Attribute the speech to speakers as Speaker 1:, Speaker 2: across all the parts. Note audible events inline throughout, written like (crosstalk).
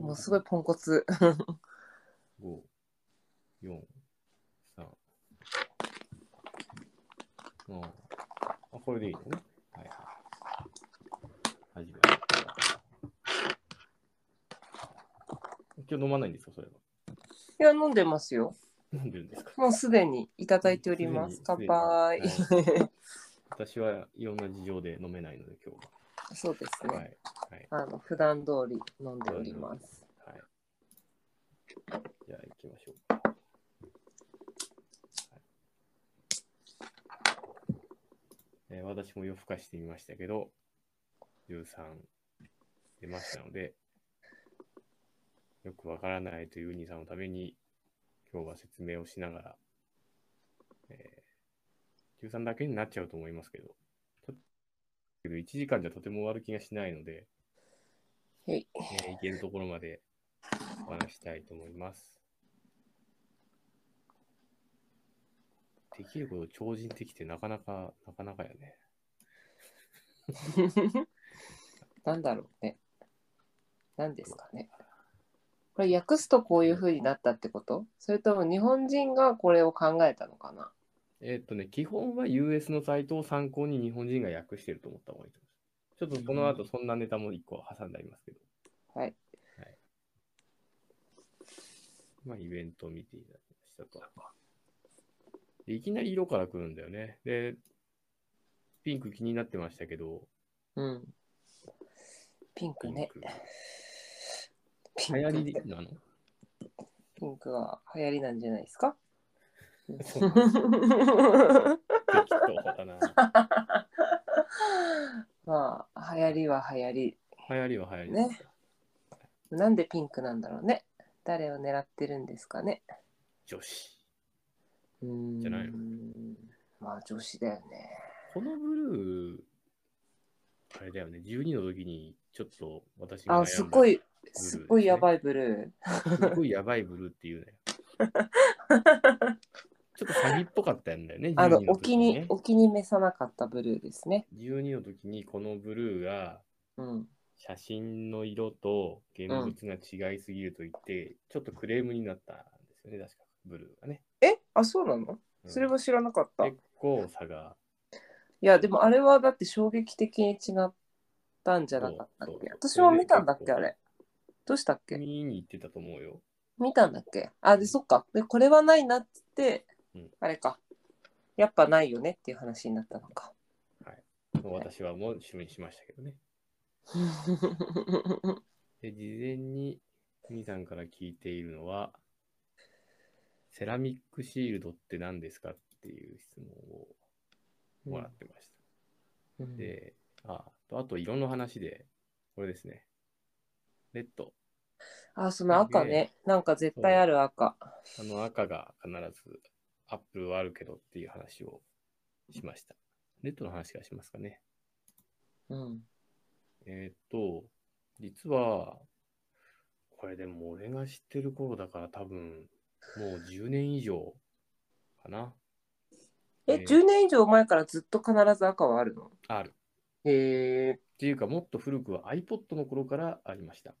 Speaker 1: もうすごいポンコツ。 (laughs)
Speaker 2: 5、4、3、うんあ、これでいいのね。はいはい。始まる。今日飲まないんですか、それは。
Speaker 1: いや、飲んでますよ。
Speaker 2: 飲んでるんですか。
Speaker 1: もうすでにいただいております。
Speaker 2: すで
Speaker 1: 乾
Speaker 2: に
Speaker 1: 杯。
Speaker 2: すでには私はいろんな事情で飲めないので、今日
Speaker 1: (laughs) そうです
Speaker 2: は。
Speaker 1: ね。
Speaker 2: はい。はい。
Speaker 1: あの普段通り飲んでおります。
Speaker 2: はい。じゃあ行きましょうか。はいえー私も夜更かしてみましたけど、13出ましたので、よくわからないというウニさんのために、今日は説明をしながら、えー13だけになっちゃうと思いますけど、ちょっと1時間じゃとても終わる気がしないので、
Speaker 1: へい。
Speaker 2: えー、いけるところまでお話したいと思います。できること超人的ってなかなか、なかなかやね。
Speaker 1: (laughs) なんだろうね。なんですかね。これ訳すとこういう風になったってことそれとも日本人がこれを考えたのかな
Speaker 2: えーっとね、基本は US のサイトを参考に日本人が訳してると思った方がいいと思います。ちょっとこの後そんなネタも一個挟んでありますけど、
Speaker 1: はい。
Speaker 2: まあイベントを見ていただきましたと。でいきなり色から来るんだよね。で、ピンク気になってましたけど、
Speaker 1: うん。ピンク
Speaker 2: ピン
Speaker 1: ね。
Speaker 2: ク。
Speaker 1: ピ
Speaker 2: 流行
Speaker 1: ン
Speaker 2: り
Speaker 1: ク
Speaker 2: なの
Speaker 1: ピンクは流行りなんじゃないですか
Speaker 2: そうなんです適
Speaker 1: (laughs)
Speaker 2: 当だな。
Speaker 1: まあ流行りは流行り
Speaker 2: 流行りは流行りです、
Speaker 1: なんでピンクなんだろうね誰を狙ってるんですかね
Speaker 2: 女子。
Speaker 1: うーん
Speaker 2: じゃないの
Speaker 1: まあ女子だよね
Speaker 2: このブルー、あれだよね、12の時にちょっと私が悩ん
Speaker 1: あ
Speaker 2: だ
Speaker 1: すご。い
Speaker 2: すね
Speaker 1: すっごいやばいブル
Speaker 2: すごいやばいブルーっていうね。
Speaker 1: (laughs) ー
Speaker 2: ちょっと詐欺っぽかったんだよね、
Speaker 1: あの
Speaker 2: 12
Speaker 1: お気に、
Speaker 2: ね。
Speaker 1: お気に召さなかったブルーですね
Speaker 2: 12の時にこのブルーが
Speaker 1: うん
Speaker 2: 写真の色と現物が違いすぎると言って、ちょっとクレームになったんですよね、確か、ブルーがね。
Speaker 1: えあそうなの
Speaker 2: うん
Speaker 1: それは知らなかった、い
Speaker 2: 結構差が。
Speaker 1: やでもあれはだって衝撃的に違ったんじゃなかったっ
Speaker 2: そう
Speaker 1: け
Speaker 2: そう
Speaker 1: 私も見たんだっ
Speaker 2: そ
Speaker 1: け
Speaker 2: れ
Speaker 1: あ
Speaker 2: で
Speaker 1: れどうしたっけ
Speaker 2: 見に行ってたと思うよ。
Speaker 1: 見たんだっけあでそっかでこれはないなっつって、
Speaker 2: うん
Speaker 1: あれかやっぱないよねっていう話になったのか
Speaker 2: 私はもう趣味にしましたけどね。で、事前に、みさんから聞いているのは、セラミックシールドって何ですかっていう質問をもらってました。
Speaker 1: うん
Speaker 2: で、あと、あと色の話で、これですね。レッド。
Speaker 1: あその赤ねなんか絶対ある赤
Speaker 2: あの赤が必ずアップルはあるけどっていう話をしました。レッドの話がしますかね。
Speaker 1: うん
Speaker 2: えーっと、実は、これでも俺が知ってる頃だから多分、もう10年以上かな。え
Speaker 1: え、
Speaker 2: ー
Speaker 1: 10年以上前からずっと必ず赤はあるの
Speaker 2: ある。
Speaker 1: へえ
Speaker 2: っていうか、もっと古くは iPod の頃からありました。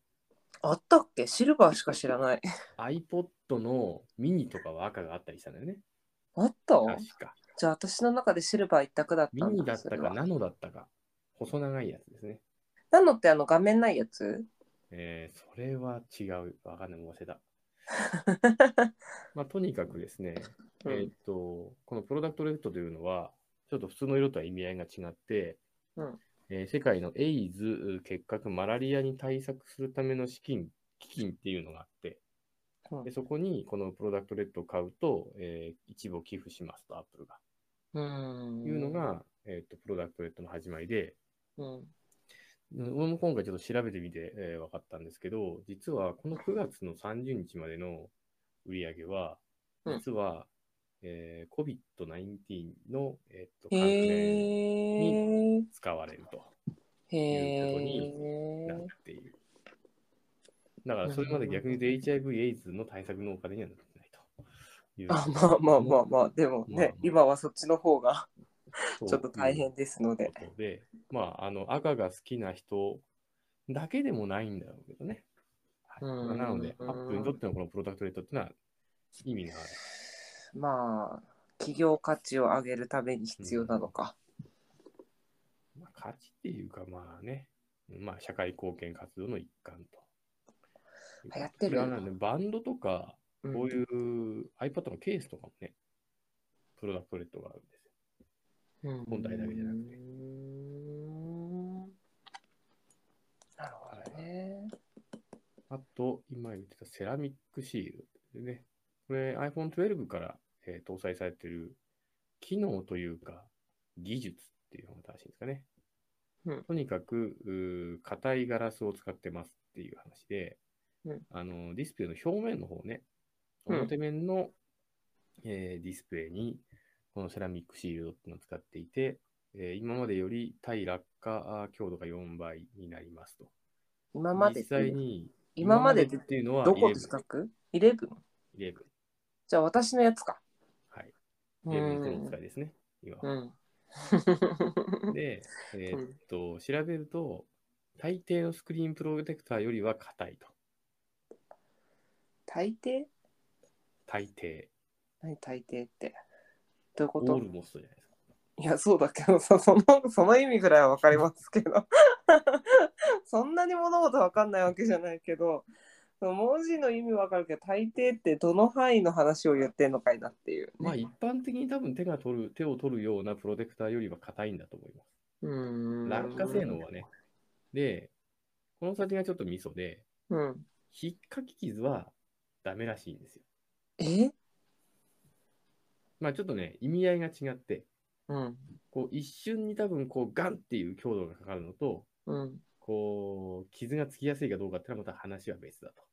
Speaker 1: あったっけシルバーしか知らない
Speaker 2: iPod のミニとかは赤があったりしたんだよね。
Speaker 1: あった
Speaker 2: 確か。
Speaker 1: じゃあ私の中でシルバー一択だっ
Speaker 2: ミ
Speaker 1: たんだ
Speaker 2: ニだっ
Speaker 1: そ
Speaker 2: た
Speaker 1: れ
Speaker 2: か
Speaker 1: は
Speaker 2: ナノだったか。細長いやつですね。
Speaker 1: なのってあの画面ないやつ
Speaker 2: えー、それは違う。わかんない。もう忘
Speaker 1: (laughs)
Speaker 2: れた。まあ、とにかくですね、
Speaker 1: うん
Speaker 2: えーっと、このプロダクトレッドというのは、ちょっと普通の色とは意味合いが違って、
Speaker 1: うん
Speaker 2: えー世界のエイズ、結核、マラリアに対策するための資金、基金っていうのがあって、
Speaker 1: うん
Speaker 2: でそこにこのプロダクトレッドを買うと、えー一部を寄付しますと、アップルが。
Speaker 1: うん
Speaker 2: いうのが、えーっと、プロダクトレッドの始まりで、
Speaker 1: うん
Speaker 2: うん俺も今回ちょっと調べてみて、えー分かったんですけど、実はこの9月の30日までの売り上げは、
Speaker 1: うん
Speaker 2: 実は、えー COVID-19 の、えーっと関連に
Speaker 1: へえ
Speaker 2: 使われると
Speaker 1: へ
Speaker 2: いうことに
Speaker 1: え
Speaker 2: なっている。だからそれまで逆に言うと HIV エイズの対策のお金にはなってないという。
Speaker 1: あまあまあまあまあでもね、
Speaker 2: まあまあ
Speaker 1: 今はそっちの方が
Speaker 2: そう
Speaker 1: ちょっと大変ですの
Speaker 2: という
Speaker 1: で
Speaker 2: ことで、まあ、あの、赤が好きな人だけでもないんだろうけどね。
Speaker 1: うん
Speaker 2: なので、
Speaker 1: うん
Speaker 2: アップルにとってのこのプロダクトレートっていうのは意味がある。
Speaker 1: まあ、企業価値を上げるために必要なのか。
Speaker 2: まあ、価値っていうか、まあね、まあ、社会貢献活動の一環と。
Speaker 1: 流行ってるよ
Speaker 2: これはなんでバンドとか、
Speaker 1: う
Speaker 2: こうんいう iPad のケースとかもね、プロダクトレットがあるんですよ。本体だけじゃなくて
Speaker 1: うーんなるほどね。
Speaker 2: あと、今言ってたセラミックシールドですね。これ iPhone12 から、えー搭載されてる機能というか、技術っていうのが正しいんですかね。
Speaker 1: うん
Speaker 2: とにかく、うー硬いガラスを使ってますっていう話で、
Speaker 1: うん
Speaker 2: あのディスプレイの表面の方ね、
Speaker 1: うん
Speaker 2: 表面の、えーディスプレイにこのセラミックシールドっていうのを使っていて、えー今までより対落下強度が4倍になりますと。
Speaker 1: 今まで
Speaker 2: 実
Speaker 1: って
Speaker 2: 際
Speaker 1: いう
Speaker 2: に
Speaker 1: 今まで
Speaker 2: っ
Speaker 1: で
Speaker 2: ていうのは
Speaker 1: どこの比較 ?11?
Speaker 2: 11。
Speaker 1: じゃあ私のやつか。
Speaker 2: はい。
Speaker 1: う
Speaker 2: 11プロの
Speaker 1: ん
Speaker 2: 使いですね。今
Speaker 1: う
Speaker 2: は。
Speaker 1: ん。
Speaker 2: で、えーっと、調べると、大抵のスクリーンプロテクターよりは硬いと。
Speaker 1: 大抵
Speaker 2: 大抵。
Speaker 1: 何大抵って。どういうこ
Speaker 2: オ
Speaker 1: と
Speaker 2: ールモストじゃないですか。
Speaker 1: いや、そうだけどさ、その、その意味ぐらいはわかりますけど。 (laughs) そんなに物事わかんないわけじゃないけど、その文字の意味わかるけど、大抵ってどの範囲の話を言ってんのかいなっていう、
Speaker 2: まあ、一般的に多分手が取る、手を取るようなプロテクターよりは硬いんだと思います。
Speaker 1: うーん
Speaker 2: 落下性能はね。で、この先がちょっとミソで、
Speaker 1: うん。
Speaker 2: 引っかき傷はダメらしいんですよ。
Speaker 1: え
Speaker 2: まあ、ちょっとね、意味合いが違って、
Speaker 1: うん。
Speaker 2: こう一瞬に多分こうガンっていう強度がかかるのと、
Speaker 1: うん。
Speaker 2: こう傷がつきやすいかどうかってのはまた話は別だと。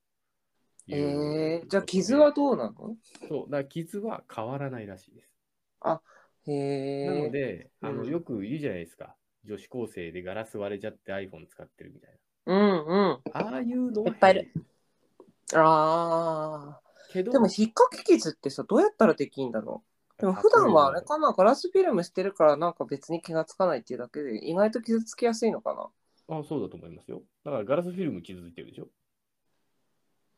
Speaker 1: え
Speaker 2: いう
Speaker 1: ー、じゃあ傷はどうなの
Speaker 2: そう、だから傷は変わらないらしいです。
Speaker 1: へえ。
Speaker 2: なので、
Speaker 1: うん
Speaker 2: あのよく言うじゃないですか。女子高生でガラス割れちゃって iPhone 使ってるみたい
Speaker 1: うんうん。
Speaker 2: な。ああいうのはい
Speaker 1: っぱいいるああ。
Speaker 2: けど、
Speaker 1: でも、引っ掛け傷ってさ、どうやったらできんだろうでも、普段はあれかな、ガラスフィルムしてるから、なんか別に気がつかないっていうだけで、意外と傷つきやすいのかな。
Speaker 2: あそうだと思いますよ。だからガラスフィルム傷ついてるで
Speaker 1: (laughs)
Speaker 2: しょ。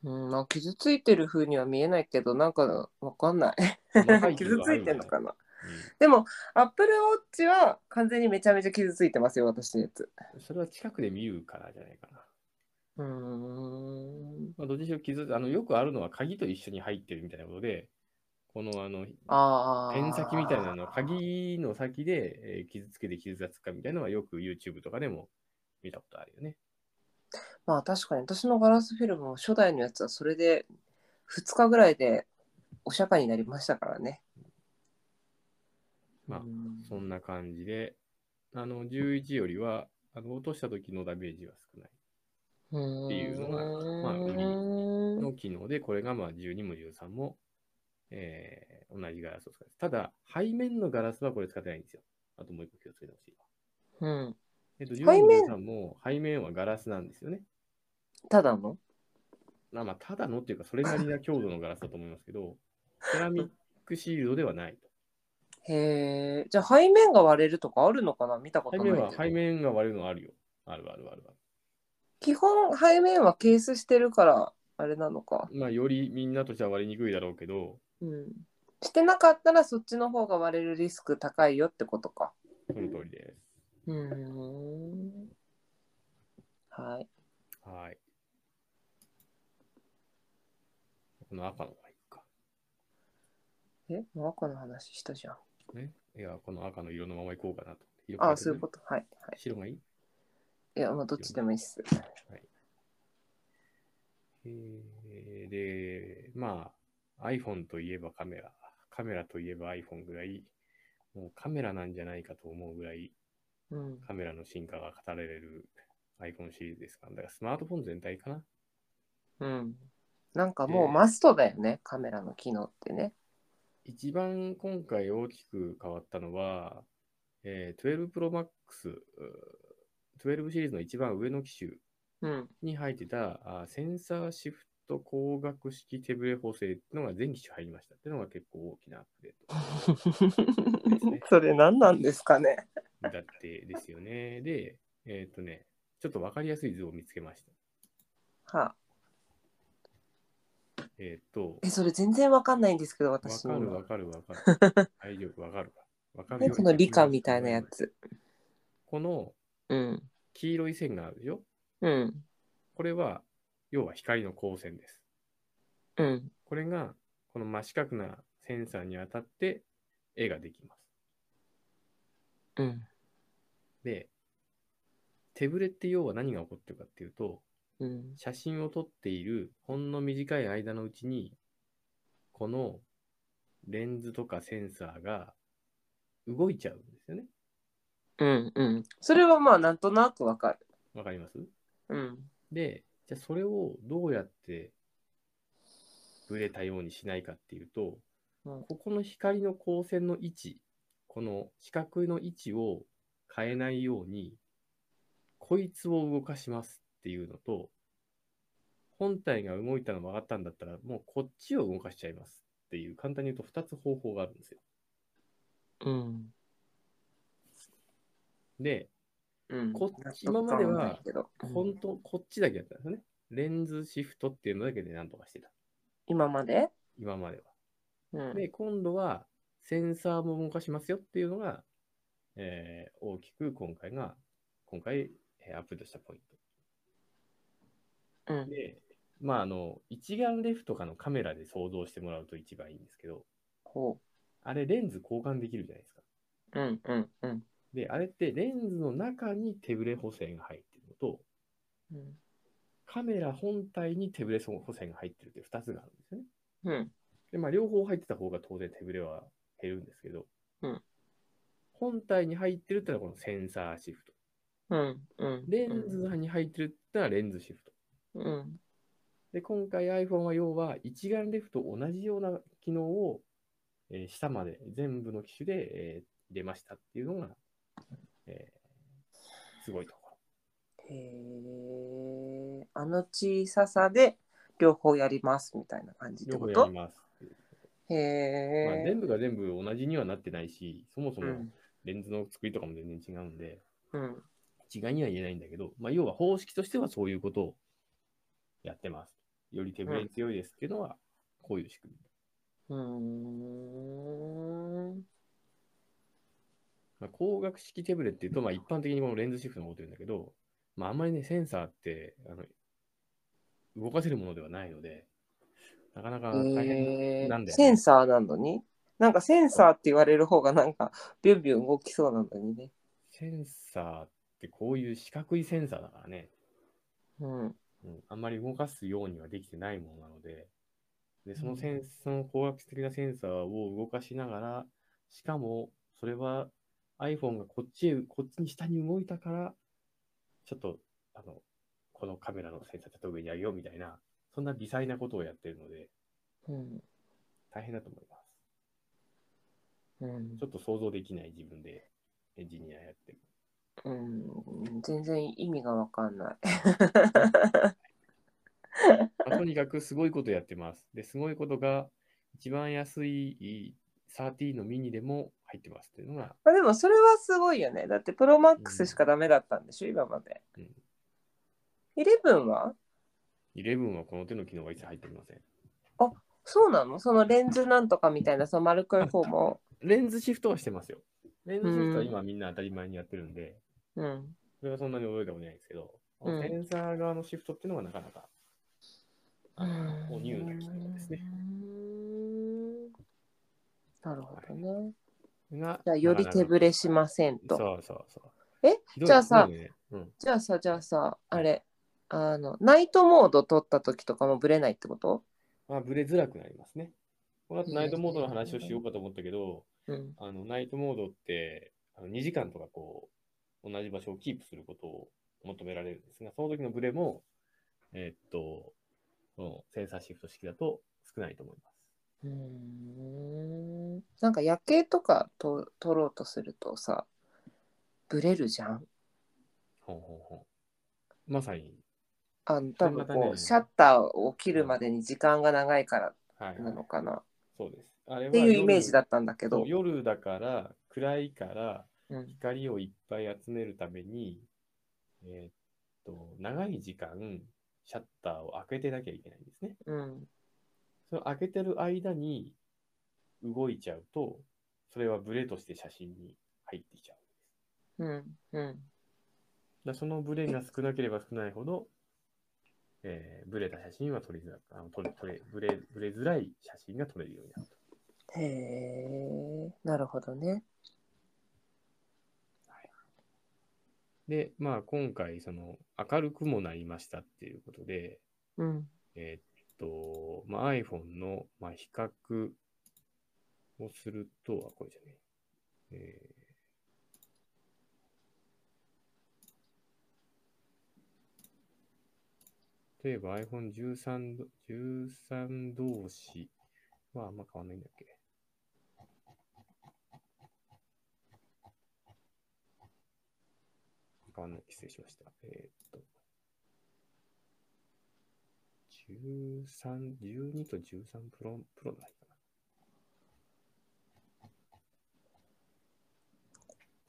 Speaker 1: うん、なんか傷ついてる風には見えないけど、なんかわかんない。傷ついてんのかな。でも、アップルウォッチは完全にめちゃめちゃ傷ついてますよ、私のやつ。
Speaker 2: うんそれは近くで見るからじゃないかな。
Speaker 1: うーん。
Speaker 2: まあ、どっちにしろ傷つあのよくあるのは鍵と一緒に入ってるみたいなことで、このあの
Speaker 1: ああ。
Speaker 2: ペン先みたいなの、鍵の先で、えー傷つけて傷がつくかみたいなのはよく YouTube とかでも見たことあるよね。
Speaker 1: まあ確かに私のガラスフィルムも初代のやつはそれで2日ぐらいでお釈迦になりましたからね。
Speaker 2: まあ
Speaker 1: うん
Speaker 2: そんな感じで、あの11よりはあの落とした時のダメージは少ない。ていうのがまあ売り
Speaker 1: うん
Speaker 2: の機能で、これがまあ12も13も、えー同じガラスを使ってただ、背面のガラスはこれ使ってないんですよ。あともう一個気をつけてほしい。
Speaker 1: うん
Speaker 2: えっと、12
Speaker 1: 背面
Speaker 2: も13も背面はガラスなんですよね。
Speaker 1: ただの
Speaker 2: まあまあ、ただのっていうか、それなりな強度のガラスだと思いますけど、セラミックシールドではないと。
Speaker 1: へえ。じゃあ背面が割れるとかあるのかな見たこと
Speaker 2: 背
Speaker 1: ない
Speaker 2: 面は、
Speaker 1: けど
Speaker 2: 背面が割れるのあるよ。あるあるあるあ
Speaker 1: 基本背面はケースしてるからあれなのか。
Speaker 2: る。まあ、よりみんなとしては割れにくいだろうけど、
Speaker 1: うん。してなかったらそっちの方が割れるリスク高いよってことか。
Speaker 2: その通りです。
Speaker 1: うん。はい。
Speaker 2: はい。この赤のがいくか。
Speaker 1: え、もう赤の話したじゃん。
Speaker 2: ね。いや、この赤の色のままいこうかなと。色変
Speaker 1: あ
Speaker 2: え
Speaker 1: あ、
Speaker 2: て
Speaker 1: そういうこと。はい。はい。
Speaker 2: 白がいい
Speaker 1: いや、まあ、どっちでもいいっす。
Speaker 2: えーで、まあ、iPhone といえばカメラ、カメラといえば iPhone ぐらい、もうカメラなんじゃないかと思うぐらい、
Speaker 1: うん。
Speaker 2: カメラの進化が語られる iPhone シリーズですから、だからスマートフォン全体かな。
Speaker 1: うん。なんかもう
Speaker 2: で
Speaker 1: マストだよね、カメラの機能ってね。
Speaker 2: 一番今回大きく変わったのは、えー12 Pro Max、うー12シリーズの一番上の機種
Speaker 1: うん。
Speaker 2: に入ってたあーセンサーシフト光学式手ブレ補正っていうのが全機種入りましたっていうのが結構大きなアップデート。
Speaker 1: (laughs) それ何なんですかね。
Speaker 2: だってですよね。で、えっ、とね、ちょっとわかりやすい図を見つけました。
Speaker 1: は
Speaker 2: えーっと、
Speaker 1: え、それ全然わかんないんですけど、
Speaker 2: わ
Speaker 1: 私
Speaker 2: かる
Speaker 1: も。
Speaker 2: わかるわかる。
Speaker 1: (laughs)
Speaker 2: 体力わかるわ。わかる
Speaker 1: ね、
Speaker 2: よう
Speaker 1: こ
Speaker 2: に
Speaker 1: の理科みたいなや。つ。
Speaker 2: この
Speaker 1: うん。
Speaker 2: 黄色い線があるでしょ
Speaker 1: うん。
Speaker 2: これは、要は光の光線です。
Speaker 1: うん。
Speaker 2: これが、この真四角なセンサーに当たって、絵ができます。
Speaker 1: うん。
Speaker 2: で、手ぶれって要は何が起こってるかっていうと、
Speaker 1: うん。
Speaker 2: 写真を撮っているほんの短い間のうちに、このレンズとかセンサーが動いちゃうんですよね。
Speaker 1: うん。うん。それはまあ、なんとなくわかる。
Speaker 2: わかります
Speaker 1: うん。
Speaker 2: で、じゃあそれをどうやってブレたようにしないかっていうと、
Speaker 1: うん
Speaker 2: ここの光の光線の位置、この四角の位置を変えないように、こいつを動かしますっていうのと、本体が動いたの分かったんだったら、もうこっちを動かしちゃいますっていう、簡単に言うと2つ方法があるんですよ。
Speaker 1: うん。
Speaker 2: で、
Speaker 1: うん。
Speaker 2: こ今までは
Speaker 1: なんとなくわかんないけどう
Speaker 2: 本
Speaker 1: ん
Speaker 2: 当、こっちだけだったんですよね。レンズシフトっていうのだけでなんとかしてた。
Speaker 1: 今まで
Speaker 2: 今までは。
Speaker 1: うん。 (laughs)
Speaker 2: で、今度はセンサーも動かしますよっていうのが、えー大きく今回が、今回、えーアップデートしたポイン
Speaker 1: う
Speaker 2: ト。
Speaker 1: ん。
Speaker 2: で、まあ、あの、一眼レフとかのカメラで想像してもらうと一番いいんですけど、
Speaker 1: ほ
Speaker 2: あれレンズ交換できるじゃないですか。
Speaker 1: う。うん。うん。うん。
Speaker 2: で、あれってレンズの中に手ブレ補正が入ってるのと、
Speaker 1: うん。
Speaker 2: カメラ本体に手ブレ補正が入ってるって2つがあるんですよね。
Speaker 1: うん。
Speaker 2: で、まあ、両方入ってた方が当然手ぶれは減るんですけど、
Speaker 1: うん
Speaker 2: 本体に入ってるってのはこのセンサーシフト。
Speaker 1: うん。うん。
Speaker 2: レンズに入ってるってのはレンズシフト。
Speaker 1: うん。
Speaker 2: で、今回 iPhone は要は一眼レフと同じような機能を、えー下まで全部の機種で、えー入れましたっていうのが、えーすごいところ。
Speaker 1: へえ。あの小ささで、両方やりますみたいな感じって
Speaker 2: 両
Speaker 1: こ
Speaker 2: 方や
Speaker 1: と
Speaker 2: ります。
Speaker 1: へ
Speaker 2: まあ、
Speaker 1: え。
Speaker 2: 全部が全部同じにはなってないし、そもそうも
Speaker 1: ん。
Speaker 2: レンズの作りとかも全然違うんで、
Speaker 1: うん。
Speaker 2: 一概には言えないんだけど、まあ、要は方式としてはそういうことをやってます。より手ぶれに強いですっていうのは、こういう仕組み。
Speaker 1: うーん。
Speaker 2: まあ、光学式手ぶれっていうと、まあ、一般的にこのレンズシフトのこと言うんだけど、まあ、あんまりね、センサーってあの動かせるものではないので、なかなか大変な、
Speaker 1: え
Speaker 2: なんだよね
Speaker 1: ー、センサーなのになんかセンサーって言われる方がなんかビュンビュン動きそうなのにね。
Speaker 2: センサーってこういう四角いセンサーだからね、
Speaker 1: うん。
Speaker 2: うん、あんまり動かすようにはできてないものなので、でそのセンその光学的なセンサーを動かしながら、しかもそれは iPhone がこっちへ、こっちに下に動いたから、ちょっと、あの、このカメラのセンサーちょっと上に上げようみたいな、そんな微細なことをやってるので、
Speaker 1: うん。
Speaker 2: 大変だと思います。
Speaker 1: うん
Speaker 2: ちょっと想像できない自分でエンジニアやってる。
Speaker 1: うん、全然意味がわかんない。 (laughs)
Speaker 2: まあとにかくすごいことやってます。で、すごいことが、一番安い13のミニでも入ってますっていうのが、
Speaker 1: まあでもそれはすごいよね。だってプロマックスしかダメだったんでしょ、今まで。
Speaker 2: うん
Speaker 1: 11は
Speaker 2: 11はこの手の機能が一切入っておりません。
Speaker 1: そうなのそのレンズなんとかみたいなその丸くい方も。
Speaker 2: レンズシフトはしてますよ。レンズシフトは今みんな当たり前にやってるんで、
Speaker 1: うん。
Speaker 2: それはそんなに覚えたことないんですけど、
Speaker 1: うん
Speaker 2: センサー側のシフトっていうのがなかなか、あの、おニューな機能ですね。
Speaker 1: うんなるほどね。
Speaker 2: が
Speaker 1: じゃあより手ぶれしませんと。
Speaker 2: そうそうそう。
Speaker 1: え
Speaker 2: ひどい
Speaker 1: じゃあさ
Speaker 2: ひどいねうん、
Speaker 1: じゃあさ、じゃあさ、あれ、あの、ナイトモード取った時とかもブレないってこと
Speaker 2: まあ、ブレづらくなりますね。この後ナイトモードの話をしようかと思ったけど、
Speaker 1: うん。
Speaker 2: あの、ナイトモードって、あの2時間とかこう、同じ場所をキープすることを求められるんですが、その時のブレも、えーっと、このセンサーシフト式だと少ないと思います。
Speaker 1: うーん。なんか夜景とかと撮ろうとするとさ、ブレるじゃん。
Speaker 2: ほうほうほう。まさに、
Speaker 1: あの、多分
Speaker 2: それま
Speaker 1: こ
Speaker 2: たね
Speaker 1: う、シャッターを切るまでに時間が長いから
Speaker 2: はい、は
Speaker 1: ないのかな。っ
Speaker 2: そうです。あれは
Speaker 1: ていうイメージだ
Speaker 2: っ
Speaker 1: ったんだけ
Speaker 2: け
Speaker 1: ど。
Speaker 2: 夜だから、暗いから、
Speaker 1: うん。
Speaker 2: 光をいっぱい集めるために、えーっと、長い時間、シャッターを開けてなきゃいけないんですね。
Speaker 1: うん。
Speaker 2: その開けてる間に動いちゃうと、それはブレとして写真に入ってきちゃう。
Speaker 1: うんうん
Speaker 2: だそのブレが少なければ少ないほど、えー、ブレた写真は撮りづらく、あの撮れ撮れブレブレづらい写真が撮れるようになると。
Speaker 1: へえなるほどね
Speaker 2: で、まあ今回、その、明るくもなりましたっていうことで、
Speaker 1: うん
Speaker 2: えーっと、まあ、iPhone の、まあ、比較をすると、あ、これじゃねえ。えー例えば iPhone13 ど13同士はあんま変わんないんだっけ変わんない。失礼しました。えーっと。13、12と13プロプロないかな。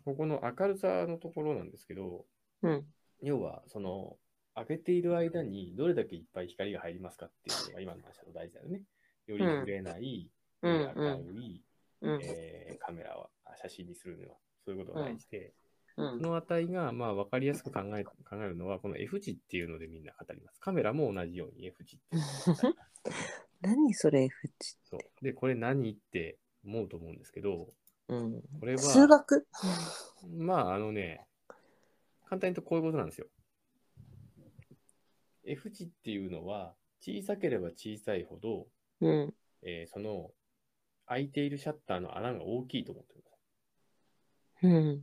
Speaker 2: ここの明るさのところなんですけど、
Speaker 1: うん
Speaker 2: 要はその開けている間にどれだけいっぱい光が入りますかっていうのが今の話だと大事だよね。より触れない、
Speaker 1: う
Speaker 2: よ
Speaker 1: ん
Speaker 2: り
Speaker 1: う
Speaker 2: 明
Speaker 1: ん
Speaker 2: るい、
Speaker 1: うん
Speaker 2: えーカメラは写真にするのはそういうことが大事で、
Speaker 1: うん
Speaker 2: この値がまあ分かりやすく考え考えるのはこの F 値っていうのでみんな語ります。カメラも同じように F 値っていうのが
Speaker 1: 何それ F 値
Speaker 2: そうで、これ何って思うと思うんですけど、
Speaker 1: うん
Speaker 2: これは、
Speaker 1: 数学
Speaker 2: まあ、あのね、簡単に言うとこういうことなんですよ。F 値っていうのは、小さければ小さいほど、
Speaker 1: うん
Speaker 2: えーその、開いているシャッターの穴が大きいと思ってくださ
Speaker 1: うん
Speaker 2: い。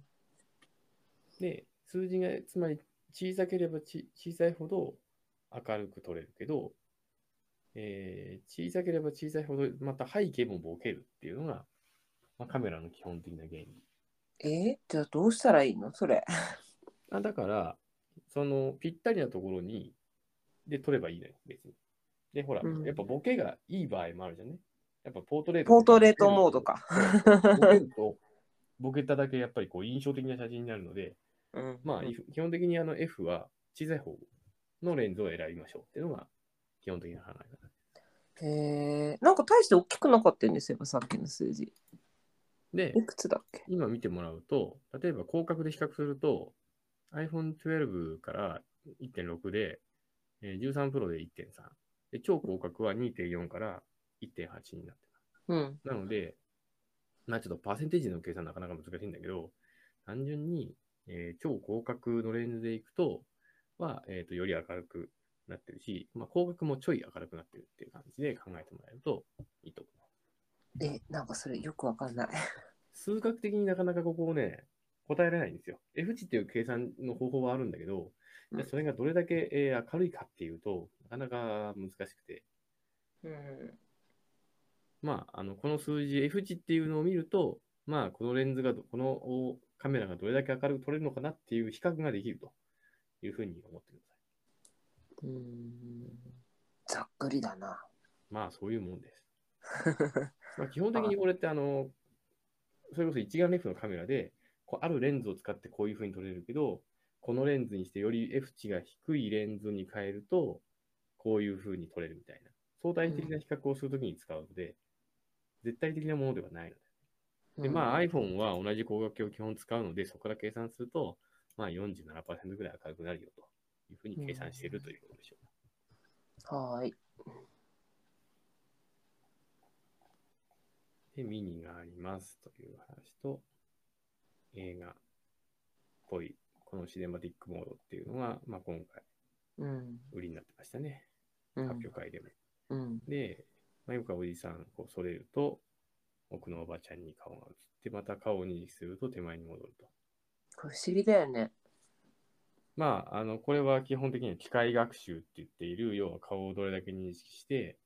Speaker 2: で、数字が、つまり、小さければち小さいほど明るく撮れるけど、えー小さければ小さいほど、また背景もボケるっていうのが、まあ、カメラの基本的な原理。
Speaker 1: えじゃあどうしたらいいのそれ
Speaker 2: あだから、そのぴったりなところに、で、撮ればいいのよ、別に。で、ほら、
Speaker 1: うん
Speaker 2: やっぱボケがいい場合もあるじゃんね。やっぱポートレート。
Speaker 1: ポートレートモードか。
Speaker 2: そう。ボケると、ボケただけやっぱりこう印象的な写真になるので、
Speaker 1: うん
Speaker 2: まあ、
Speaker 1: うん
Speaker 2: 基本的にあの F は小さい方のレンズを選びましょうっていうのが基本的な考え方。
Speaker 1: へえなんか大して大きくなかったんですよさっきの数字
Speaker 2: で
Speaker 1: い、くつだっけ
Speaker 2: 今見てもらうと、例えば広角で比較すると、iPhone12 から1.6で、えー13 Pro で1.3。で、超広角は2.4から1.8になって
Speaker 1: うん
Speaker 2: ます。なので、まあちょっとパーセンテージの計算なかなか難しいんだけど、単純に、えー超広角のレンズでいくと、は、えっ、と、より明るくなってるし、まあ広角もちょい明るくなってるっていう感じで考えてもらえるといいと思います。
Speaker 1: えなんかそれよくわかんない
Speaker 2: 数学的になかなかここをね、答えられないんですよ。F 値っていう計算の方法はあるんだけど、
Speaker 1: うん
Speaker 2: じゃあそれがどれだけ、えー明るいかっていうと、なかなか難しくて、
Speaker 1: うん
Speaker 2: まあ、あのこの数字、F 値っていうのを見ると、まあ、このレンズがど、このおカメラがどれだけ明るく撮れるのかなっていう比較ができるというふうに思ってくださ
Speaker 1: うんざっくりだな
Speaker 2: い。まあ、そういうもんです。まあ、基本的にこれって、あの、それこそ一眼レフのカメラで、こうあるレンズを使ってこういう風に撮れるけど、このレンズにしてより F 値が低いレンズに変えると、こういう風に撮れるみたいな。相対的な比較をするときに使うので、絶対的なものではないので。で、まあ iPhone は同じ光学鏡を基本使うので、そこから計算すると、まあ47%ぐらい明るくなるよという風に計算しているということでしょう。
Speaker 1: あはーい
Speaker 2: で、ミニがありますという話と、映画っぽい、このシネマティックモードっていうのが、まあ、今回
Speaker 1: うん
Speaker 2: 売りになってましたね。
Speaker 1: うん
Speaker 2: 発表会でも。
Speaker 1: うん
Speaker 2: で、まあ、よくはおじさん、こう、それると、奥のおばちゃんに顔が映って、また顔を認識すると手前に戻ると。
Speaker 1: これ不思議だよね
Speaker 2: まあ、あの、これは基本的には機械学習って言っている、要は顔をどれだけ認識して、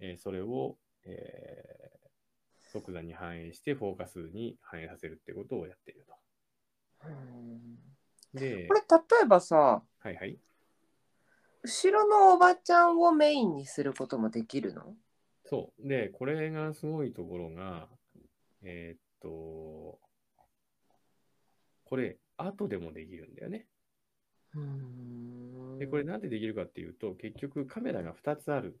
Speaker 2: えーそれを、えー即座に反映して、フォーカスに反映させるってことをやっていると。
Speaker 1: うん
Speaker 2: で
Speaker 1: こ、れ例えばさ
Speaker 2: はいはい。
Speaker 1: 後ろのおばちゃんをメインにすることもできるの
Speaker 2: そう。で、これがすごいところが、えーっと、これ、後でもできるんだよね。
Speaker 1: うん
Speaker 2: で、これなんでできるかっていうと、結局カメラが2つある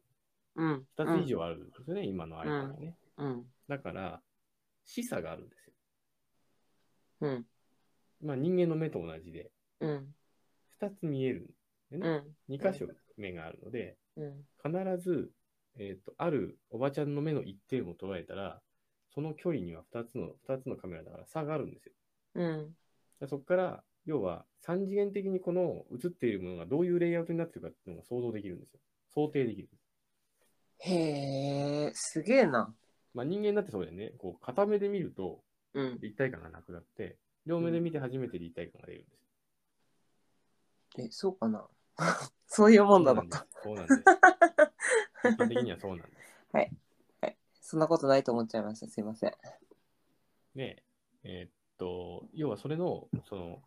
Speaker 1: うん。
Speaker 2: 2つ以上あるんですよね、今の iPhone はね。
Speaker 1: うん。
Speaker 2: だから、示唆があるんですよ。
Speaker 1: うん。
Speaker 2: まあ、人間の目と同じで、
Speaker 1: うん。
Speaker 2: 2つ見える、
Speaker 1: うん。
Speaker 2: 2箇所目があるので、
Speaker 1: うん。
Speaker 2: 必ず、えっとあるおばちゃんの目の一点を捉えたら、その距離には2つの2つのカメラだから差があるんですよ。
Speaker 1: うん。
Speaker 2: でそこから、要は3次元的にこの映っているものがどういうレイアウトになってるかっていうのが想像できるんですよ。想定できる。
Speaker 1: へえ、すげえな。
Speaker 2: まあ、人間だってそうだよね。こう片目で見ると
Speaker 1: うん。
Speaker 2: 立体感がなくなって、両目で見て初めて立体感が出るんです。
Speaker 1: え、そうかな。そういうもんだろうか。
Speaker 2: そうなんです。そうなんです。基本的にはそうなんです。
Speaker 1: そんなことないと思っちゃいました。すいません。
Speaker 2: で、えーっと、要はそれの、その、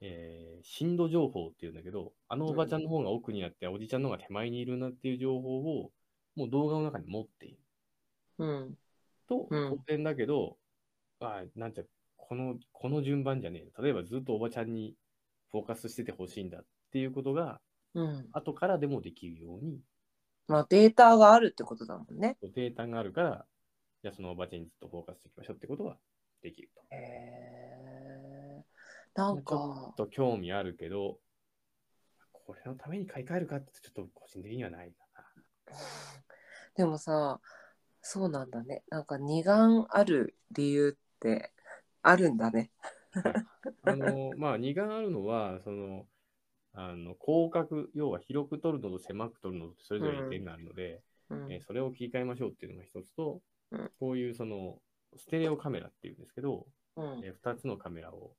Speaker 2: えー震度情報っていうんだけど、あのおばちゃんの方が奥にあって、おじちゃんの方が手前にいるなっていう情報を、もう動画の中に持っている
Speaker 1: うん。
Speaker 2: と、
Speaker 1: うん
Speaker 2: 当然だけど、あーなんていうかこの、この順番じゃねえ。例えばずっとおばちゃんにフォーカスしててほしいんだっていうことが、
Speaker 1: うん。
Speaker 2: 後からでもできるように、
Speaker 1: まあ、データがあるってことだもんね。
Speaker 2: データがあるから、じゃあそのおばちゃんにずっとフォーカスしていきましょうってことはできると。
Speaker 1: へえ。なん
Speaker 2: ちょ
Speaker 1: か
Speaker 2: っ、と興味あるけど、これのために買い替えるかってちょっと個人的にはないか
Speaker 1: でもさ、そうなんだね。なんか二眼ある理由ってあるんだね。
Speaker 2: な。あ
Speaker 1: (laughs)
Speaker 2: の、まあ、二眼あるのは、その、あの広角、要は広く撮るのと狭く撮るのとそれぞれ意見があるので、
Speaker 1: うん
Speaker 2: えーそれを切り替えましょうっていうのが一つと、
Speaker 1: うん
Speaker 2: こういうその、ステレオカメラっていうんですけど、
Speaker 1: うん。
Speaker 2: え2つのカメラを、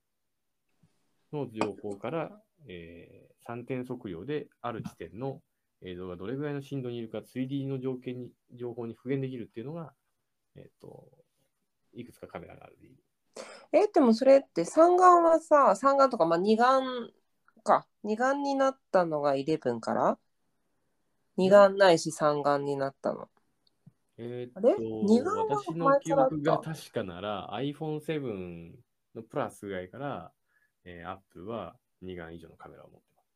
Speaker 2: の情報から、えー3点測量である地点の映像がどれぐらいの振動にいるか 3D の条件に情報に復元できるっていうのが、えっといくつかカメラがある理由
Speaker 1: え、でもそれって三眼はさ、三眼とか、まあ二眼か。二眼になったのが11から二眼ないし三眼になったの。
Speaker 2: えー
Speaker 1: あれ二眼
Speaker 2: っ
Speaker 1: は
Speaker 2: と私の
Speaker 1: 前
Speaker 2: 記
Speaker 1: からあった
Speaker 2: 憶が確かなら iPhone7 のプラスぐらいから、えー、Apple は2眼以上のカメラを持ってます。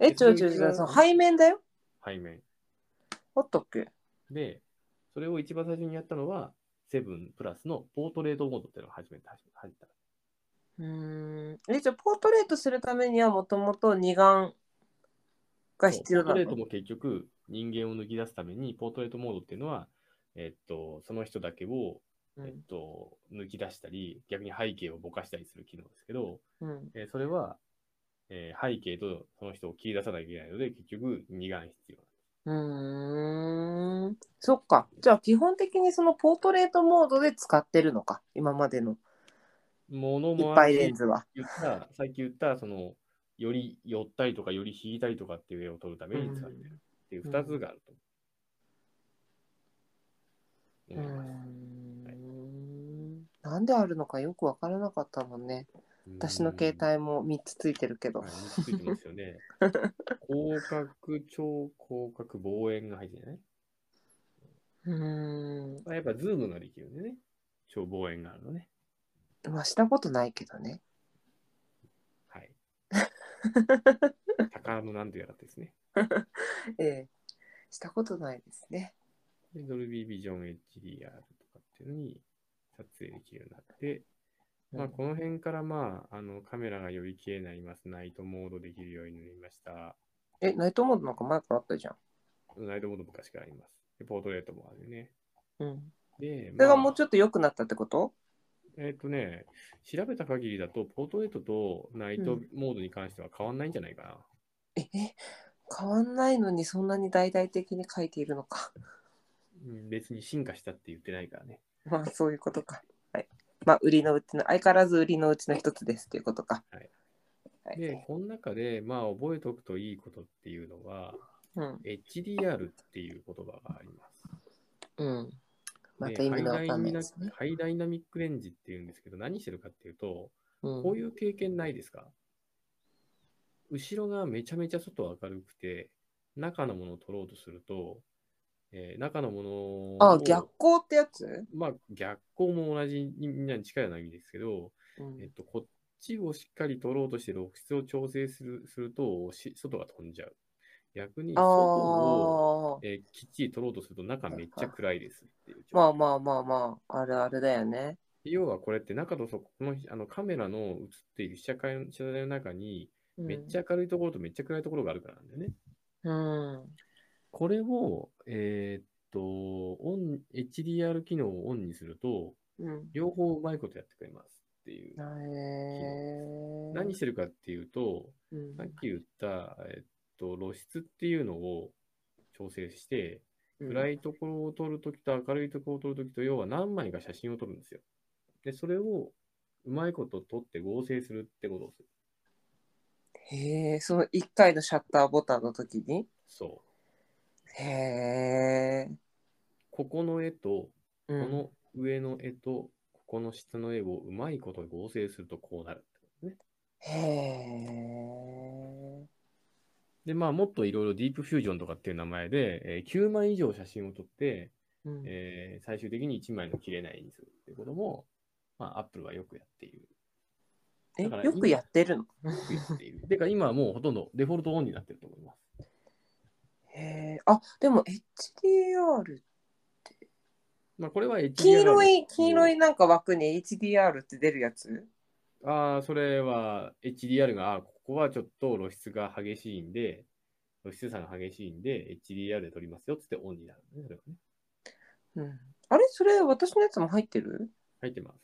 Speaker 1: え、
Speaker 2: え
Speaker 1: 違う違う
Speaker 2: そ
Speaker 1: 違
Speaker 2: れ
Speaker 1: う、その背面だよ。
Speaker 2: 背面。
Speaker 1: あったっけ
Speaker 2: で、それを一番最初にやったのは、7プラスのポートレートモードっていうのが初めて始め始めた。
Speaker 1: うーん。え、じゃあポートレートするためにはもともと二眼が必要
Speaker 2: ポー
Speaker 1: な
Speaker 2: トレート
Speaker 1: の。
Speaker 2: も結局、人間を抜き出すために、ポートレートモードっていうのは、えっと、その人だけを、
Speaker 1: う
Speaker 2: えっ
Speaker 1: ん。
Speaker 2: と、抜き出したり、逆に背景をぼかしたりする機能ですけど、
Speaker 1: うん。
Speaker 2: えーそれは、えー背景とその人を切り出さなきゃいけないので、結局、二眼必要。
Speaker 1: うーん。そっか。じゃあ基本的にそのポートレートモードで使ってるのか。今までの
Speaker 2: もの
Speaker 1: い
Speaker 2: も
Speaker 1: っ
Speaker 2: あ
Speaker 1: ぱ
Speaker 2: る
Speaker 1: い
Speaker 2: し
Speaker 1: レンズは。
Speaker 2: 言った、さっき言った、その、より寄ったりとか、より引いたりとかっていう絵を撮るために使ってるっていう
Speaker 1: うん
Speaker 2: 2つがあると思
Speaker 1: う
Speaker 2: い
Speaker 1: ー
Speaker 2: ます。
Speaker 1: んなんであるのかよくわからなかったもんね。私の携帯も3つついてるけ
Speaker 2: うん。
Speaker 1: ど
Speaker 2: はい。三つついてますよね。広角、超広角、望遠が入ってるね。
Speaker 1: うーん。
Speaker 2: まあやっぱズームができるんでね。超望遠があるのね。
Speaker 1: まあしたことないけどね。 (laughs)
Speaker 2: はい。高のなんとやらですね。
Speaker 1: ええ。したことないですね。
Speaker 2: で、ドルビービジョン HDR とかっていうのに撮影できるようになって、まあ、この辺から、まあ、あのカメラがより綺麗になります。ナイトモードできるようになりました。
Speaker 1: え、ナイトモードなんか前からあったじゃん。
Speaker 2: ナイトモード昔からあります。で、ポートレートもあるよね。
Speaker 1: うん。
Speaker 2: で、
Speaker 1: それがもうち
Speaker 2: ょっ
Speaker 1: ょっと良くなったってこと
Speaker 2: と。えっ、とね、調べた限りだと、ポートレートとナイトモードに関しては変わんないんじゃないかな。
Speaker 1: え、え変わんないのにそんなに大々的に書いているのか。 (laughs)
Speaker 2: うん別に進化したって言ってないからね。
Speaker 1: まあそういうことか。はい。まあ売りのうちの、相変わらず売りのうちの一つですっていうことか。
Speaker 2: はい。
Speaker 1: はい。
Speaker 2: で、この中で、まあ、覚えておくといいことっていうのは、
Speaker 1: うん。
Speaker 2: HDR っていう言葉があります。
Speaker 1: うん。また
Speaker 2: で
Speaker 1: 意味のわかんな
Speaker 2: ハイダイナミ
Speaker 1: いですね。
Speaker 2: ハイダイナミックレンジっていうんですけど、何してるかっていうと、
Speaker 1: うん
Speaker 2: こういう経験ないですか後ろがめちゃめちゃ外明るくて、中のものを撮ろうとすると、えー中のものを
Speaker 1: あ、逆光ってやつ、
Speaker 2: まあ、逆光も同じにみんなに近いような意味ですけど、
Speaker 1: うん
Speaker 2: えっと、こっちをしっかり撮ろうとして、露出を調整するするとし外が飛んじゃう。逆に
Speaker 1: あ
Speaker 2: 外を、
Speaker 1: あ。
Speaker 2: えーきっちり取ろうとすると中めっちゃ暗いですっていう状況
Speaker 1: まあまあまあまあ、あるあるだよね。
Speaker 2: 要はこれって中とそこのあのカメラの映っている被写界の被写体の中に
Speaker 1: うん
Speaker 2: めっちゃ明るいところとめっちゃ暗いところがあるからなんだよね。
Speaker 1: うん。
Speaker 2: これを、えーっとオン HDR 機能をオンにすると
Speaker 1: うん。
Speaker 2: 両方うまいことやってくれますっていう。
Speaker 1: へえ。
Speaker 2: 何してるかっていうと
Speaker 1: うん
Speaker 2: さっき言った、えーっと露出っていうのを調整して暗いところを撮るときと明るいところを撮るときと、要は何枚か写真を撮るんですよ。で、それをうまいこと撮って合成するってことをする。
Speaker 1: へえ、その1回のシャッターボタンの時に
Speaker 2: そう。
Speaker 1: へえ。
Speaker 2: ここの絵と、こ
Speaker 1: うん。
Speaker 2: の上の絵と、ここの下の絵をうまいこと合成するとこうなるってことね。
Speaker 1: へえ。
Speaker 2: で、まあ、もっといろいろディープフュージョンとかっていう名前で、えー9枚以上写真を撮って、
Speaker 1: うん
Speaker 2: えー最終的に1枚の切れないにするってことも、まあ、Apple はよくやってい
Speaker 1: (laughs)
Speaker 2: る。
Speaker 1: え、
Speaker 2: だから
Speaker 1: よくやってるの
Speaker 2: よくやっている。てか、今はもうほとんどデフォルトオンになってると思います。
Speaker 1: へえ。あ、でも HDR、
Speaker 2: まあ、これは HDR
Speaker 1: 黄色い、黄色いなんか枠に HDR って出るやつ
Speaker 2: ああ、それは HDR が、あーここはちょっと露出が激しいんで、露出差が激しいんで、HDR で撮りますよっつってオンになるのね、それはね。
Speaker 1: うん。あれそれ私のやつも入ってる
Speaker 2: 入ってます。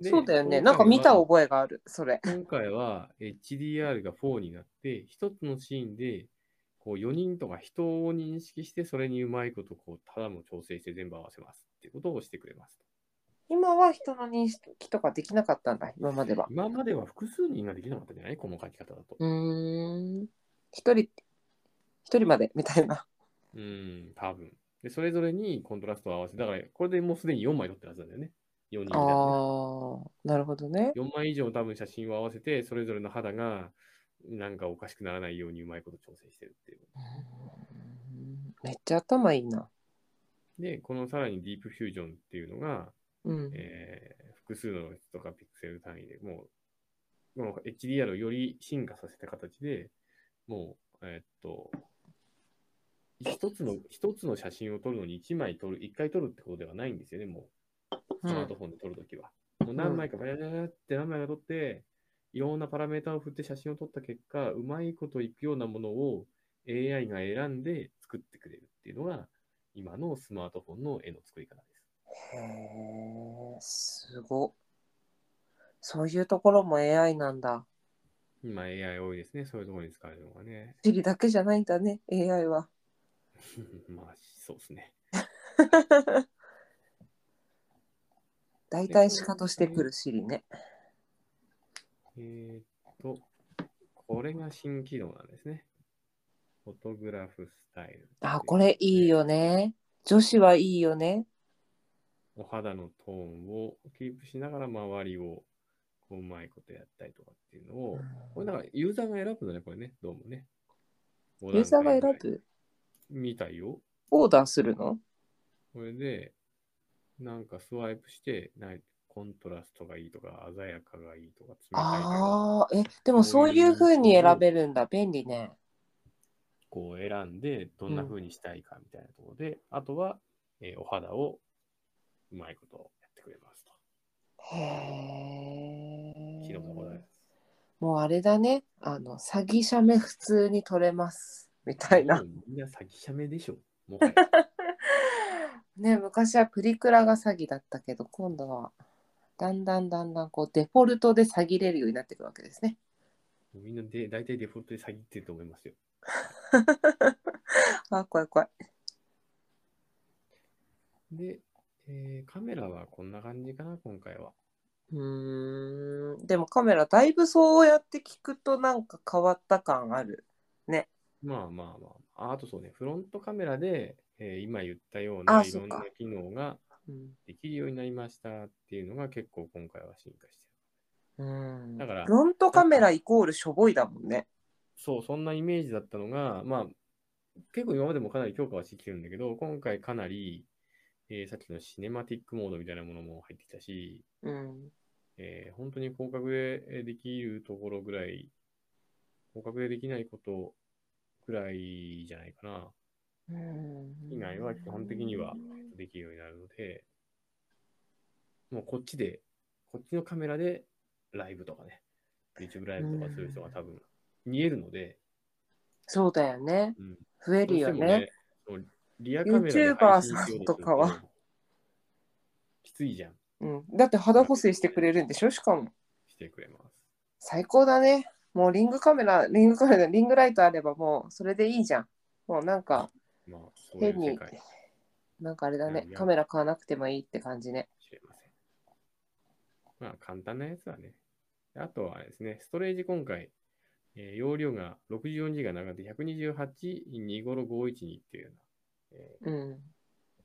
Speaker 2: で
Speaker 1: そうだよね。なんか見た。覚えがある、それ。
Speaker 2: 今回は今回は HDR が4になって、一つのシーンで、こう4人とか人を認識して、それにうまいこと、こう、ただも調整して全部合わせますっていうことをしてくれます。
Speaker 1: 今は人の認識とかできなかったんだ、今までは。
Speaker 2: 今までは複数人ができなかったんじゃないこの書き方だと。
Speaker 1: うーん。一人、一人までみたい (laughs) な。
Speaker 2: うん、多分。で、それぞれにコントラストを合わせ、だから、これでもうすでに4枚撮ってるはずなんだよね。4人み
Speaker 1: あ
Speaker 2: たいな
Speaker 1: あ、なるほど
Speaker 2: ね。
Speaker 1: ね。
Speaker 2: 4枚以上多分写真を合わせて、それぞれの肌が、なんかおかしくならないようにうまいこと調整してるっていう。
Speaker 1: うんめっちゃ頭いいな。
Speaker 2: で、このさらにディープフュージョンっていうのが、
Speaker 1: うん。
Speaker 2: えー複数の質とかピクセル単位でもう、この HDR をより進化させた形で、もう、えーっと、一つの、一つの写真を撮るのに一枚撮る、一回撮るってことではないんですよね、もう。スマートフォンで撮るときは。もう何枚かバラバラバラって何枚か撮って、いろんなパラメータを振って写真を撮った結果、うまいこといくようなものを AI が選んで作ってくれるっていうのが、今のスマートフォンの絵の作り方です。
Speaker 1: へえ、すごっ。そういうところも AI なんだ。
Speaker 2: 今 AI 多いですね、そういうところに使えるのが
Speaker 1: (laughs)
Speaker 2: ね。
Speaker 1: 地理だけじゃないんだね、AI は。
Speaker 2: まあ、そうですね。
Speaker 1: (laughs) 大体シカとしてくる地理ね。
Speaker 2: えーっと、これが新機能なんですね。フォトグラフスタイル。
Speaker 1: あ、これいいよね。女子はいいよね。
Speaker 2: お肌のトーンをキープしながら周りをこううまいことやったりとかっていうのを、これなんかユーザーが選ぶのね、これね、どうもね。ユ
Speaker 1: ユーザーが選ぶ
Speaker 2: みたいよ。
Speaker 1: オーダーするの
Speaker 2: これで、なんかスワイプして、ないコントラストがいいとか、鮮やかがいいとか、冷たいとか、
Speaker 1: ああ、え、でもそういう風に選べるんだ。便利ね。
Speaker 2: こう選んで、どんな風にしたいかみたいなところで、あとは、えーお肌をうまいことやってくれますと。
Speaker 1: へえ。
Speaker 2: 機能のことです。
Speaker 1: もうあれだね。あの、詐欺者目普通に取れます。みたいな。
Speaker 2: もうみんな詐欺者目でしょ。もはや。
Speaker 1: ね、昔はプリクラが詐欺だったけど、今度はだんだんだんだんこうデフォルトで詐欺れるようになってくるわけですね。
Speaker 2: もうみんなで大体デフォルトで詐欺ってると思いますよ。
Speaker 1: あ、怖い怖い。
Speaker 2: で、えーカメラはこんな感じかな、今回は。
Speaker 1: うーん。でもカメラ、だいぶそうやって聞くとなんか変わった感ある。
Speaker 2: まあまあまあ。ああとそうね、フロントカメラで、えー今言ったよう
Speaker 1: あ
Speaker 2: な
Speaker 1: そ
Speaker 2: い
Speaker 1: っか
Speaker 2: ろんな機能が
Speaker 1: うん。
Speaker 2: できるようになりましたっていうのが結構今回は進化してる。
Speaker 1: うん。
Speaker 2: だから
Speaker 1: フロントカメライコールしょぼいだもんね。
Speaker 2: そう、そんなイメージだったのが、まあ、結構今までもかなり強化はしてきてるんだけど、今回かなり、えーさっきのシネマティックモードみたいなものも入ってきたし、
Speaker 1: うん。
Speaker 2: えー本当に広角でえーできるところぐらい、広角でできないことくらいじゃないかな。
Speaker 1: うん
Speaker 2: 以外は基本的にはできるようになるので、もうこっちで、こっちのカメラでライブとかね、YouTube ライブとかする人が多分見えるので、
Speaker 1: そうだよね。
Speaker 2: うん
Speaker 1: 増えるよ
Speaker 2: どうしても
Speaker 1: ね。
Speaker 2: そうリアカメラで配信しようとする
Speaker 1: YouTuber さんとかは。
Speaker 2: きついじゃん。
Speaker 1: うん、だって肌補正してくれるんでしょしかも。
Speaker 2: してくれます。
Speaker 1: 最高だね。もうリングカメラ、リングカメラ、リングライトあればもうそれでいいじゃん。もうなんか、
Speaker 2: まあ、そういう世界かも
Speaker 1: なんかあれだね
Speaker 2: いやい。や
Speaker 1: カメラ買わなくてもいいって感じね。
Speaker 2: しれません。まあ、簡単なやつはね。あとはあれですね、ストレージ今回、えー容量が 64GB なので128-2551にっていうような、え
Speaker 1: うん。
Speaker 2: ー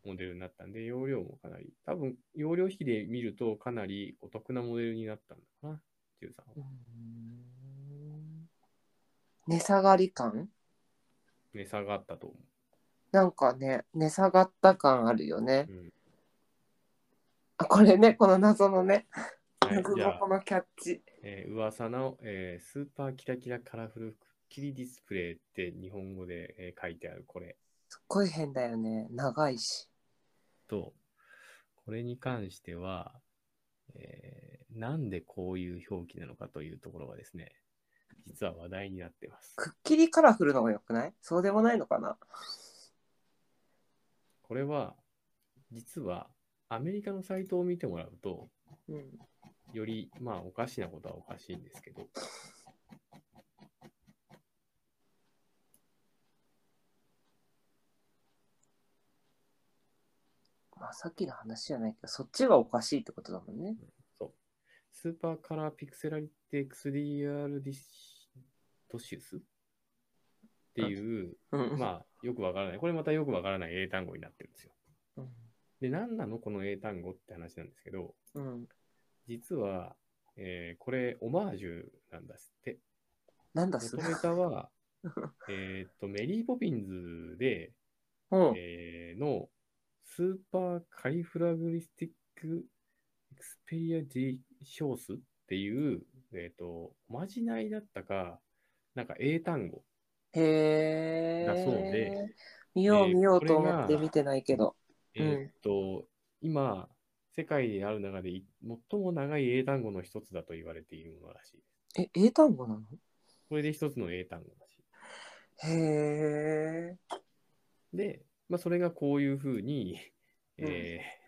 Speaker 2: モデルになったんで、容量もかなり、多分容量比で見るとかなりお得なモデルになったんだかな、13は。
Speaker 1: 値下がり感
Speaker 2: 値下がったと思
Speaker 1: なんかね、値下がった感あるよね
Speaker 2: う。。うん
Speaker 1: あ、これね、この謎のね、
Speaker 2: はい
Speaker 1: 謎、
Speaker 2: じ
Speaker 1: の
Speaker 2: ゃあ
Speaker 1: こ、のキャッチ。
Speaker 2: えー噂の、えースーパーキラキラカラフルくっきりディスプレイって日本語で、えー書いてあるこれ。
Speaker 1: すっごい変だよね。長いし。
Speaker 2: と、これに関しては、えーなんでこういう表記なのかというところがですね、実は話題になってます。
Speaker 1: くっきりカラフルの方が良くないそうでもないのかな
Speaker 2: これは、実はアメリカのサイトを見てもらうと、
Speaker 1: うん。
Speaker 2: より、まあ、おかしなことはおかしいんですけど、
Speaker 1: まあさっきの話じゃないけど、そっちがおかしいってことだもんね。
Speaker 2: スーパーカラーピクセラリテ XDR ディッシドシウスっていう、
Speaker 1: うん。あ、
Speaker 2: まあ、よくわからない。これまたよくわからない英単語になってるんですよ。で、何なのこの英単語って話なんですけど、
Speaker 1: うん。
Speaker 2: 実は、えーこれ、オマージュなんだって。
Speaker 1: なんだそ
Speaker 2: 元
Speaker 1: れ。
Speaker 2: ネタ
Speaker 1: (laughs)
Speaker 2: は、えーっと、メリー・ポピンズで、
Speaker 1: うん。
Speaker 2: えーの、スーパーカリフラグリスティック・エクスペリア・ディ・ショースっていう、えーっと、おまじないだったか、なんか英単語
Speaker 1: へえ。
Speaker 2: だそうで、
Speaker 1: 見よう
Speaker 2: で
Speaker 1: 見ようと
Speaker 2: これ
Speaker 1: 思
Speaker 2: が
Speaker 1: って見てないけど。うん
Speaker 2: えーっと、今、世界にある中でい最も長い英単語の一つだと言われているものらしい。
Speaker 1: え、英単語なの
Speaker 2: これで一つの英単語らしい。
Speaker 1: へえ。
Speaker 2: で、まあ、それがこういうふうに、えー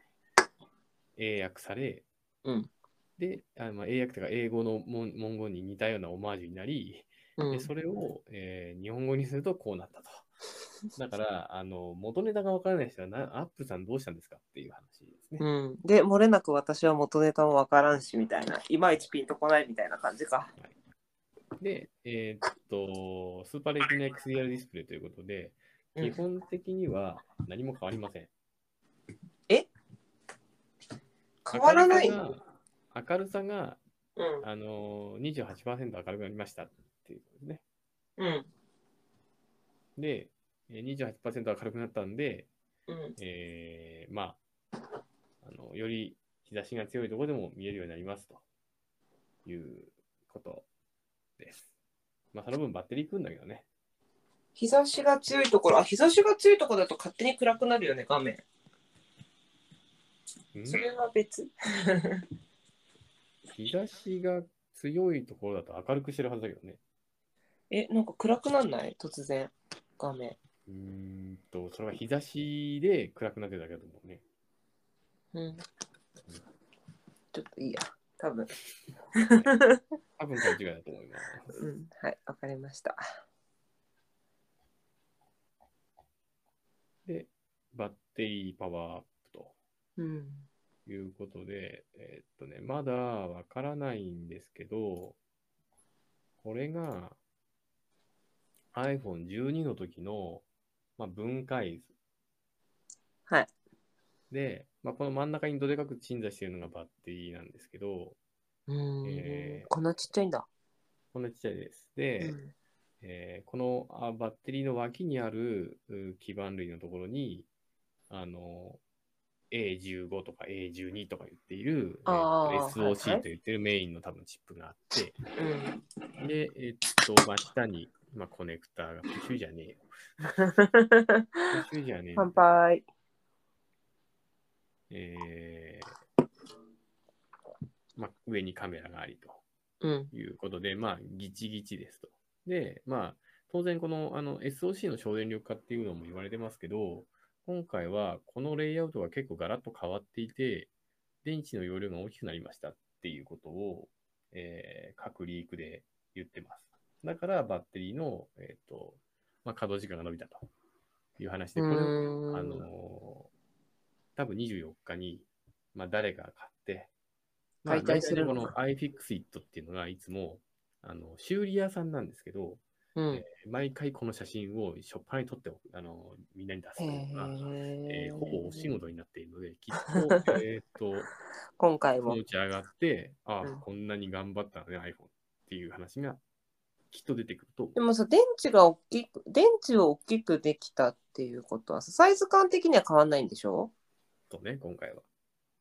Speaker 2: 英訳され、
Speaker 1: うん
Speaker 2: で、あまあ、英訳というか英語の文文言に似たようなオマージュになり、
Speaker 1: う
Speaker 2: で
Speaker 1: ん。
Speaker 2: それを、えー日本語にするとこうなったと。だから、あの元ネタがわからない人はな、アップさんどうしたんですかっていう話ですね。
Speaker 1: うん、で、漏れなく私は元ネタもわからんしみたいな、いまいちピンとこないみたいな感じか。
Speaker 2: で、えーっと、スーパーレティナ XDR ディスプレイということで、
Speaker 1: うん
Speaker 2: 基本的には何も変わりません。
Speaker 1: 変わらない。
Speaker 2: 明
Speaker 1: う
Speaker 2: る
Speaker 1: ん。
Speaker 2: さが明るさがあのー、28%明るくなりましたっていうことですね。
Speaker 1: うん。
Speaker 2: で、えー28%明るくなったんで、
Speaker 1: うん。
Speaker 2: えーまあ、あの、より日差しが強いところでも見えるようになりますということです。まあ、その分バッテリー食うんだけどね。
Speaker 1: 日差しが強いところ、あ、日差しが強いところだと勝手に暗くなるよね、画面。
Speaker 2: うん
Speaker 1: それは別。
Speaker 2: 日差しが強いところだと明るくしてるはずだけどね。
Speaker 1: え、なんか暗くなんない突然、画面。
Speaker 2: うーんと、それは日差しで暗くなってるだけだと思うね。
Speaker 1: うん。ちょっといいや。多分。
Speaker 2: 多分勘違いだと思いま
Speaker 1: う
Speaker 2: す。
Speaker 1: ん。はい、わかりました。
Speaker 2: で、バッテリーパワーアップと。
Speaker 1: うん。
Speaker 2: いうことで、えーっとね、まだわからないんですけど、これが iPhone12 の時の、まあ、分解図。
Speaker 1: はい。
Speaker 2: で、まあ、この真ん中にどでかく鎮座しているのがバッテリーなんですけど、
Speaker 1: うん、
Speaker 2: えー
Speaker 1: こんなちっちゃいんだ。
Speaker 2: こんなちっちゃいです。で、
Speaker 1: うん。
Speaker 2: えーこのあバッテリーの脇にあるう基板類のところに、あの、A15 とか A12 とか言っている、え
Speaker 1: あー
Speaker 2: ーと
Speaker 1: はいは
Speaker 2: SOC と
Speaker 1: い
Speaker 2: 言ってるメインの多分チップがあって、
Speaker 1: うん。
Speaker 2: で、えっと、真下に、今コネクターがプシュじゃねえよ。プシュじゃねえ
Speaker 1: 乾
Speaker 2: よ。
Speaker 1: 杯。
Speaker 2: えーまあ、上にカメラがありと。
Speaker 1: うん。
Speaker 2: ということで、まあ、ギチギチですと。で、まあ、当然、このあの SOC の省電力化っていうのも言われてますけど、今回はこのレイアウトが結構ガラッと変わっていて、電池の容量が大きくなりましたっていうことを、えー各リークで言ってます。だから、バッテリーの、えっ、と、まあ、稼働時間が伸びたという話で、これを
Speaker 1: うーん
Speaker 2: あのー多分24日に、まあ、誰かが買って、
Speaker 1: 解体する
Speaker 2: まあ
Speaker 1: の
Speaker 2: 大体ねこの iFixit っていうのがいつもあの修理屋さんなんですけど、
Speaker 1: うん。
Speaker 2: えー毎回この写真をしょっぱに撮ってあのみんなに出すというのが、え
Speaker 1: え
Speaker 2: ーほぼお仕事になっているので、きっ
Speaker 1: (laughs)
Speaker 2: と、えーっと、
Speaker 1: 今回
Speaker 2: その
Speaker 1: も。
Speaker 2: うち上がって、ああ、
Speaker 1: うん
Speaker 2: こんなに頑張ったのね、iPhone っていう話がきっと出てくると
Speaker 1: で、もさ、電池が大きく、電池を大きくできたっていうことはさ、サイズ感的には変わんないんでしょ
Speaker 2: とね、今回は。
Speaker 1: っ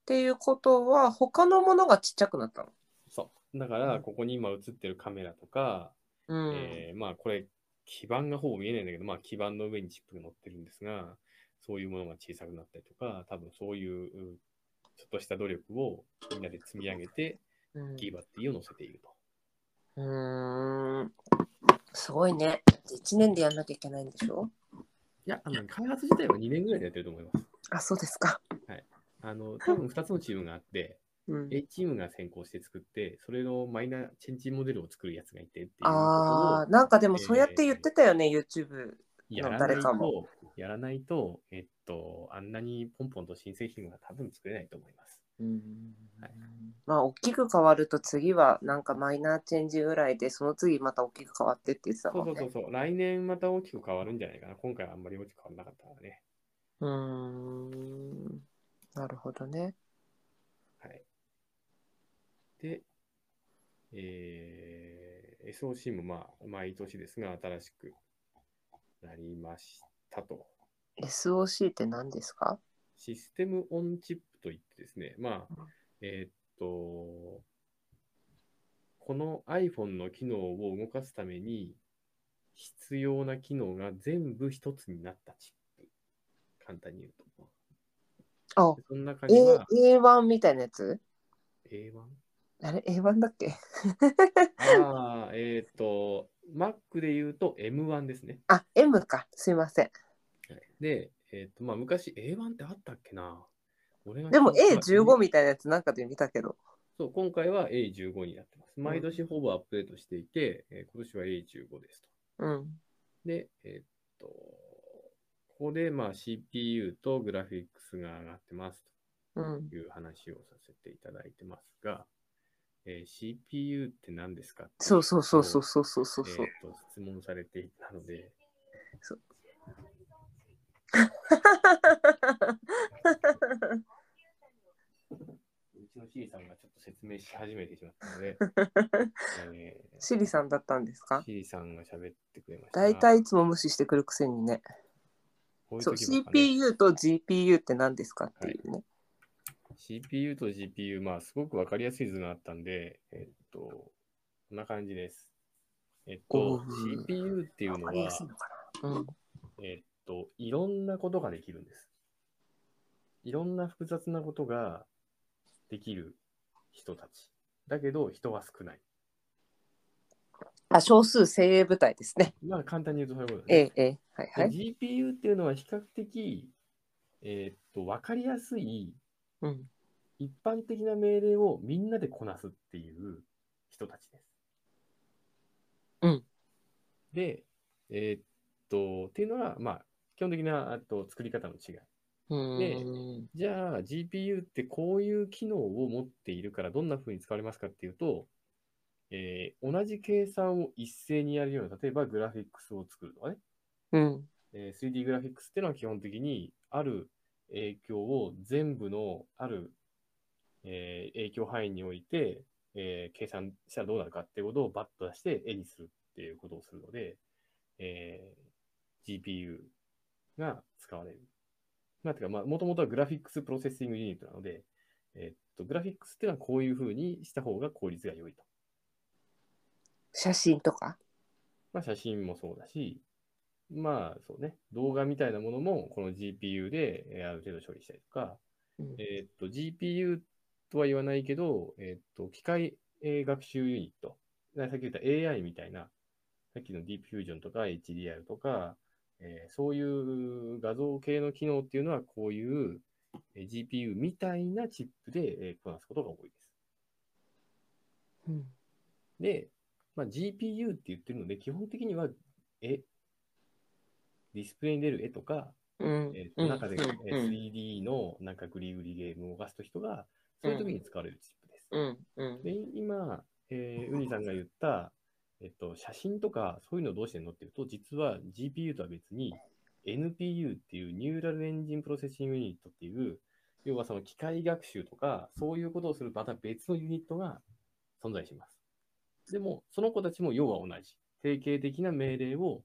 Speaker 1: ていうことは、他のものがちっちゃくなったの。
Speaker 2: そう。だから、ここに今映ってるカメラとか、
Speaker 1: うん。
Speaker 2: えーまあこれ基板がほぼ見えないんだけど、まあ、基板の上にチップが乗ってるんですがそういうものが小さくなったりとか多分そういううんちょっとした努力をみんなで積み上げて
Speaker 1: うん
Speaker 2: ギーバッテリーを乗せていると。
Speaker 1: うーんすごいね。1年でやんなきゃいけないんでしょ
Speaker 2: いやあの開発自体は2年ぐらいでやってると思います。
Speaker 1: あ、そうですか。
Speaker 2: あの多分2つのチームがあって
Speaker 1: うん、
Speaker 2: A チームが先行して作ってそれのマイナーチェンジモデルを作るやつがいてっていうことを
Speaker 1: ああ、なんかでもそうやって言ってたよね、YouTube。
Speaker 2: やらない
Speaker 1: 誰か
Speaker 2: と
Speaker 1: も
Speaker 2: やらないと、えっと、あんなにポンポンと新製品は多分作れないと思います。はい
Speaker 1: まあ、大きく変わると次はなんかマイナーチェンジぐらいで、その次また大きく変わってって言ってた
Speaker 2: そ
Speaker 1: も
Speaker 2: うんそ
Speaker 1: ね。
Speaker 2: うそうそう、来年また大きく変わるんじゃないかな。今回はあんまり大きく変わらなかったからね。
Speaker 1: うーん。なるほどね。
Speaker 2: はい。で、えー SOC もまあ、毎年ですが、新しくなりましたと。
Speaker 1: SOC って何ですか
Speaker 2: システムオンチップといってですね、まあ
Speaker 1: うん、
Speaker 2: えーっと、この iPhone の機能を動かすために必要な機能が全部一つになったチップ。簡単に言うと。
Speaker 1: あ
Speaker 2: で、その中
Speaker 1: A
Speaker 2: には、
Speaker 1: A1 みたいなやつ
Speaker 2: A1?
Speaker 1: あれ ?A1 だっけ
Speaker 2: ああ、えっ、と、Mac で言うと M1 ですね。
Speaker 1: あ、M か。すいません。
Speaker 2: で、えっ、と、まあ、昔 A1 ってあったっけな。俺が
Speaker 1: でも
Speaker 2: 記憶が
Speaker 1: A15 みたいなやつなんかで見たけど。
Speaker 2: そう、今回は A15 になってます。毎年ほぼアップデートしていて、えー今年は A15 ですと。
Speaker 1: うん。
Speaker 2: で、えっ、と、ここで、まあ、CPU とグラフィックスが上がってますと。
Speaker 1: うん。
Speaker 2: いう話をさせていただいてますが、えー CPU って何ですかって
Speaker 1: そうそうそうそうそうそうそうそう。
Speaker 2: えーと質問されていたので、
Speaker 1: そう
Speaker 2: うちのシリさんがちょっと説明し始めてしまったので、えー
Speaker 1: (laughs) シリさんだったんですか
Speaker 2: シリさんが喋ってくれましたが。
Speaker 1: 大体いつも無視してくるくせにね。
Speaker 2: こういう
Speaker 1: そう、
Speaker 2: 時ばっかね
Speaker 1: CPU と GPU って何ですかっていうね。
Speaker 2: CPU と GPU、まあ、すごくわかりやすい図があったんで、えっと、こんな感じです。えっ
Speaker 1: お
Speaker 2: と
Speaker 1: う、
Speaker 2: CPU っていう
Speaker 1: わ
Speaker 2: の
Speaker 1: かりや
Speaker 2: は、
Speaker 1: すいのかな。うん。
Speaker 2: えっと、いろんなことができるんです。いろんな複雑なことができる人たち。だけど、人は少ない。
Speaker 1: あ、少数精鋭部隊ですね。
Speaker 2: まあ、簡単に言うとそういうこと
Speaker 1: え
Speaker 2: です、
Speaker 1: え、ええ、はい
Speaker 2: で
Speaker 1: はい。
Speaker 2: GPU っていうのは比較的、えっと、わかりやすい
Speaker 1: うん。
Speaker 2: 一般的な命令をみんなでこなすっていう人たちです。
Speaker 1: うん。
Speaker 2: で、えーっと、っていうのが、まあ、基本的なあと作り方の違い。
Speaker 1: う
Speaker 2: で
Speaker 1: ーん。
Speaker 2: じゃあ、GPU ってこういう機能を持っているから、どんな風に使われますかっていうと、えー同じ計算を一斉にやるような、例えばグラフィックスを作るとかね、
Speaker 1: うん。
Speaker 2: えー 3D グラフィックスっていうのは基本的にある影響を全部のある、えー影響範囲において、えー計算したらどうなるかっていうことをバッと出して絵にするっていうことをするので、えー GPU が使われる。なんていうか、まあ、もともとはグラフィックスプロセッシングユニットなので、えーっと、グラフィックスっていうのはこういうふうにした方が効率が良いと。
Speaker 1: 写真とか
Speaker 2: まあ、写真もそうだし、まあそうね、動画みたいなものもこの GPU でえーある程度処理したりとか、
Speaker 1: うん
Speaker 2: えーっと GPU とは言わないけど、えーっと機械えー学習ユニット、なさっき言った AI みたいな、さっきの DeepFusion とか HDR とか、えーそういう画像系の機能っていうのはこういうえー GPU みたいなチップでえーこなすことが多いです。
Speaker 1: うん
Speaker 2: で、まあ、GPU って言ってるので、基本的には絵、ディスプレイに出る絵とか、
Speaker 1: うん
Speaker 2: えー
Speaker 1: うん
Speaker 2: 中で、え
Speaker 1: うん
Speaker 2: ー 3D のなんかグリグリゲームを動かす人が、そういう時に使われるチップです。
Speaker 1: うんうん
Speaker 2: で、今、えーウニさんが言った、えっと、写真とかそういうのをどうして載ってると、実は GPU とは別に NPU っていうニューラルエンジンプロセッシングユニットっていう、要はその機械学習とか、そういうことをするまた別のユニットが存在します。でも、その子たちも要は同じ。定型的な命令を、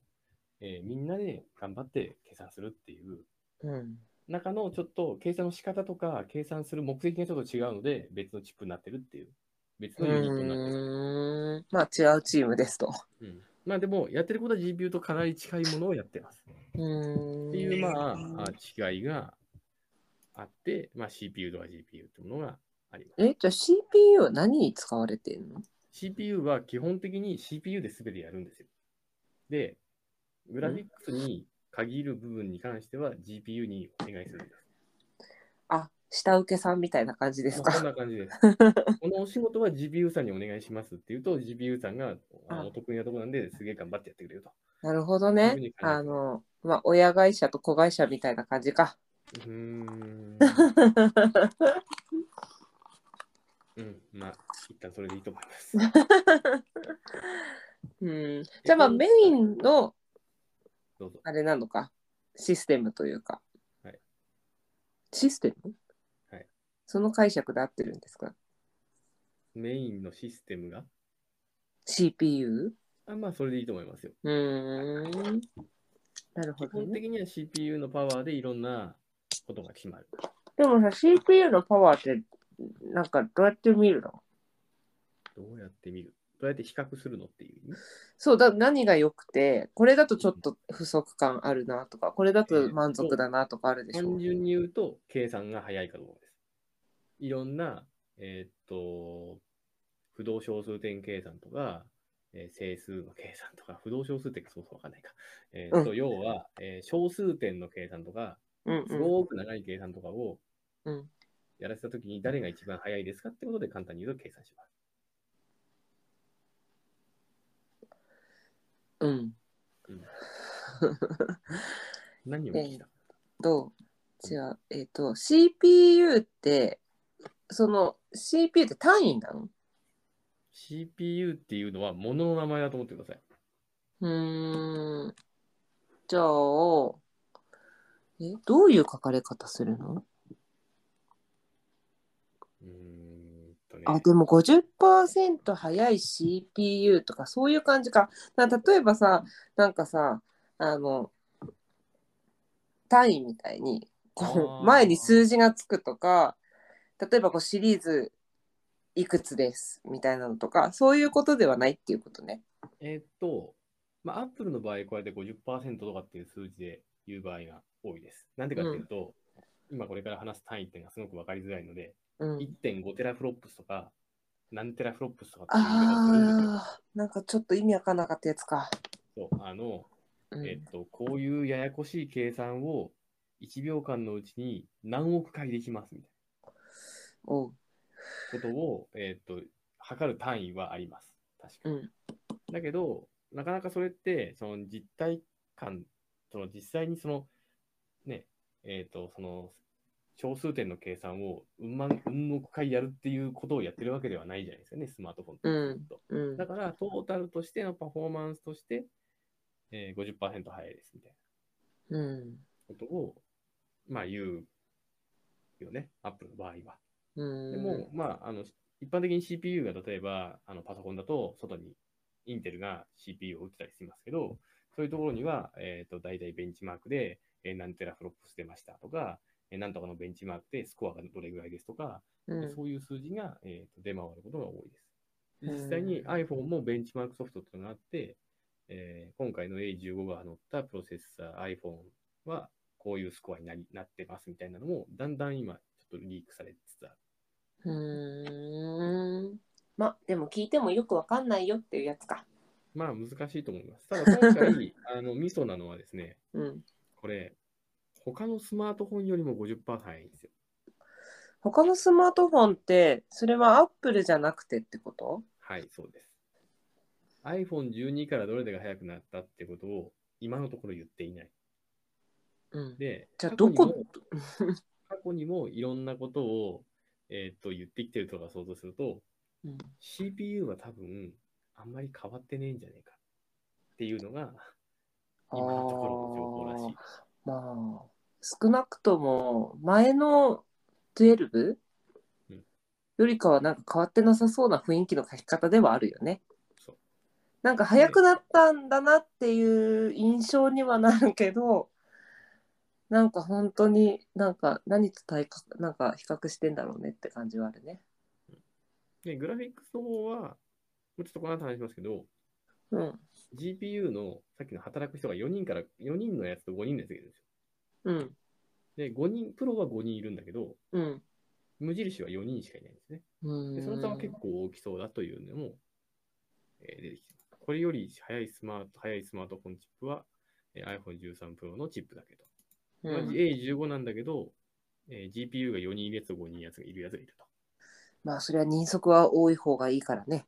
Speaker 2: えーみんなで頑張って計算するっていう
Speaker 1: うん
Speaker 2: 中のちょっと計算の仕方とか計算する目的がちょっと違うので別のチップになってるっていう別
Speaker 1: う
Speaker 2: のユニットになってる、
Speaker 1: ーんまあ違うチームですと。
Speaker 2: うんまあでもやってることは GPU とかなり近いものをやってますっ
Speaker 1: うーん
Speaker 2: ていうまああ違いがあって、まあ、CPU とか GPU ってものがあります
Speaker 1: えじゃあ CPU は何に使われてんの
Speaker 2: CPU は基本的に CPU で全てやるんですよでグラフィックスに限る部分に関しては GPU にお願いするんです
Speaker 1: あ下請けさんみたいな感じです
Speaker 2: まあそん
Speaker 1: か。
Speaker 2: な感じです。このお仕事は GPU さんにお願いしますって言うと、GPU さんがあの
Speaker 1: あ
Speaker 2: お得意なところなんですげえ頑張ってやってくれると。
Speaker 1: (laughs) なるほど
Speaker 2: そういうふう
Speaker 1: ね
Speaker 2: に考え。て
Speaker 1: あのまあ親会社と子会社みたいな感じか。 (laughs)
Speaker 2: うーん。うん、まあ、一旦それでいいと思い
Speaker 1: (laughs)
Speaker 2: ます。
Speaker 1: うんじゃあまあメインの
Speaker 2: どうぞ。
Speaker 1: あれなのかシステムというか。
Speaker 2: はい
Speaker 1: システム
Speaker 2: はい
Speaker 1: その解釈で合ってるんですか
Speaker 2: メインのシステムが、
Speaker 1: ?CPU?
Speaker 2: あまあ、それでいいと思いますよ。
Speaker 1: うーん。なるほ
Speaker 2: 基
Speaker 1: ど、
Speaker 2: 本
Speaker 1: ね。
Speaker 2: 的には CPU のパワーでいろんなことが決まる。
Speaker 1: でもさ、CPU のパワーって、なんかどうやって見るの
Speaker 2: どうやって見るどうやって比較するのっていう意味
Speaker 1: そうだ、何が良くて、これだとちょっと不足感あるなとか、これだと満足だなとかあるでしょ
Speaker 2: 単。純に言うと、計算が早いかどうかです。いろんな、えーっと、不動小数点計算とか、えー整数の計算とか、不動小数点かそうそうわかんないか。えーっと、要は、えー小数点の計算とか、
Speaker 1: うん
Speaker 2: すごく長い計算とかを
Speaker 1: うんうん。
Speaker 2: やらせたときに誰が一番早いですかってことで簡単に言うと計算します。
Speaker 1: うん。
Speaker 2: 何を聞いた、
Speaker 1: と、じゃあ、えっ、と、CPU って、その CPU って単位なの
Speaker 2: ?CPU っていうのは物の名前だと思ってください。
Speaker 1: うーん。じゃあ、え、どういう書かれ方するの
Speaker 2: うーんとね。
Speaker 1: あ、でも50%早い CPU とかそういう感じか。な例えばさ、なんかさ、あの、単位みたいに、こ
Speaker 2: あー
Speaker 1: う、前に数字がつくとか、例えばこうシリーズいくつですみたいなのとか、そういうことではないっていうことね。
Speaker 2: えーっと、まあ、アップルの場合、こうやって50%とかっていう数字で言う場合が多いです。なんでかっていうと、今これから話す単位っていうのはすごく分かりづらいので、
Speaker 1: うん。
Speaker 2: 1.5テラフロップスとか、何テラフロップスとかっていう言い方をするんですよ。
Speaker 1: あー、なんかちょっと意味わかんなかったやつか。
Speaker 2: そうあの、
Speaker 1: うん
Speaker 2: えーっと、こういうややこしい計算を1秒間のうちに何億回できますみたい
Speaker 1: おう
Speaker 2: なことを、えーっと、測る単位はあります。確か
Speaker 1: う
Speaker 2: に。
Speaker 1: ん。
Speaker 2: だけど、なかなかそれって、その実体感、その実際にその、ね、えっ、と、その、小数点の計算を、うんまん、うん億回やるっていうことをやってるわけではないじゃないですかね、スマートフォンってずっと。
Speaker 1: うん
Speaker 2: だ。から、トータルとしてのパフォーマンスとして、えー、50%早いですみたい
Speaker 1: うん。
Speaker 2: なことを、まあ言うよね、アップルの場合は。
Speaker 1: うん。
Speaker 2: でも、まあ、あの、一般的に CPU が例えば、あのパソコンだと、外にインテルが CPU を打ってたりしますけど、そういうところには、えっ、と、大体ベンチマークで、えー何テラフロップス出ましたとか、えー何とかのベンチマークでスコアがどれぐらいですとか、
Speaker 1: うん、
Speaker 2: そういう数字が、えーと出回ることが多いです。で
Speaker 1: うん
Speaker 2: 実際に iPhone もベンチマークソフトっていうのがあって、えー今回の A15 が乗ったプロセッサー iPhone はこういうスコアになりなってますみたいなのもだんだん今ちょっとリークされつつある。
Speaker 1: うーん。まあ、でも聞いてもよくわかんないよっていうやつか。
Speaker 2: まあ難しいと思います。ただ今
Speaker 1: (laughs)
Speaker 2: 回あのミソなのはですね、
Speaker 1: うん。
Speaker 2: これ他のスマートフォンよりも50%早いんですよ。
Speaker 1: 他のスマートフォンって、それはアップルじゃなくてってこと
Speaker 2: はい、そうです。iPhone12 からどれだけ早くなったってことを今のところ言っていない。
Speaker 1: うん。
Speaker 2: で、
Speaker 1: じゃあ、
Speaker 2: 過去
Speaker 1: ど
Speaker 2: に
Speaker 1: こ
Speaker 2: も、過去にもいろんなことを、えー、と言ってきてるとか想像すると、
Speaker 1: うん
Speaker 2: CPU は多分あんまり変わってねえんじゃねえかっていうのが今のところの情報らしい。
Speaker 1: あーまあ、少なくとも、前の 12?
Speaker 2: うん
Speaker 1: よりかはなんか変わってなさそうな雰囲気の書き方ではあるよね。
Speaker 2: そう
Speaker 1: なんか早くなったんだなっていう印象にはなるけど、なんか本当になんか何と対比なんか比較してんだろうねって感じはあるね。
Speaker 2: で、グラフィックスの方は、もうちょっとこの後話しますけど、
Speaker 1: うん。
Speaker 2: GPU のさっきの働く人が4人から、4人のやつと5人のやつがいるんですよ。
Speaker 1: うん。
Speaker 2: で、5人、プロは5人いるんだけど、
Speaker 1: うん。
Speaker 2: 無印は4人しかいないんですね。
Speaker 1: うん
Speaker 2: で、その差は結構大きそうだというのも、えー出てきてます。これより早いスマート、早いスマートフォンチップは、えー iPhone13 Pro のチップだけど。
Speaker 1: う
Speaker 2: 同じ
Speaker 1: ん
Speaker 2: A15 なんだけど、えー GPU が4人いるやつと5人やつがいるやつがいると。
Speaker 1: まあそれは人足は多い方がいいからね。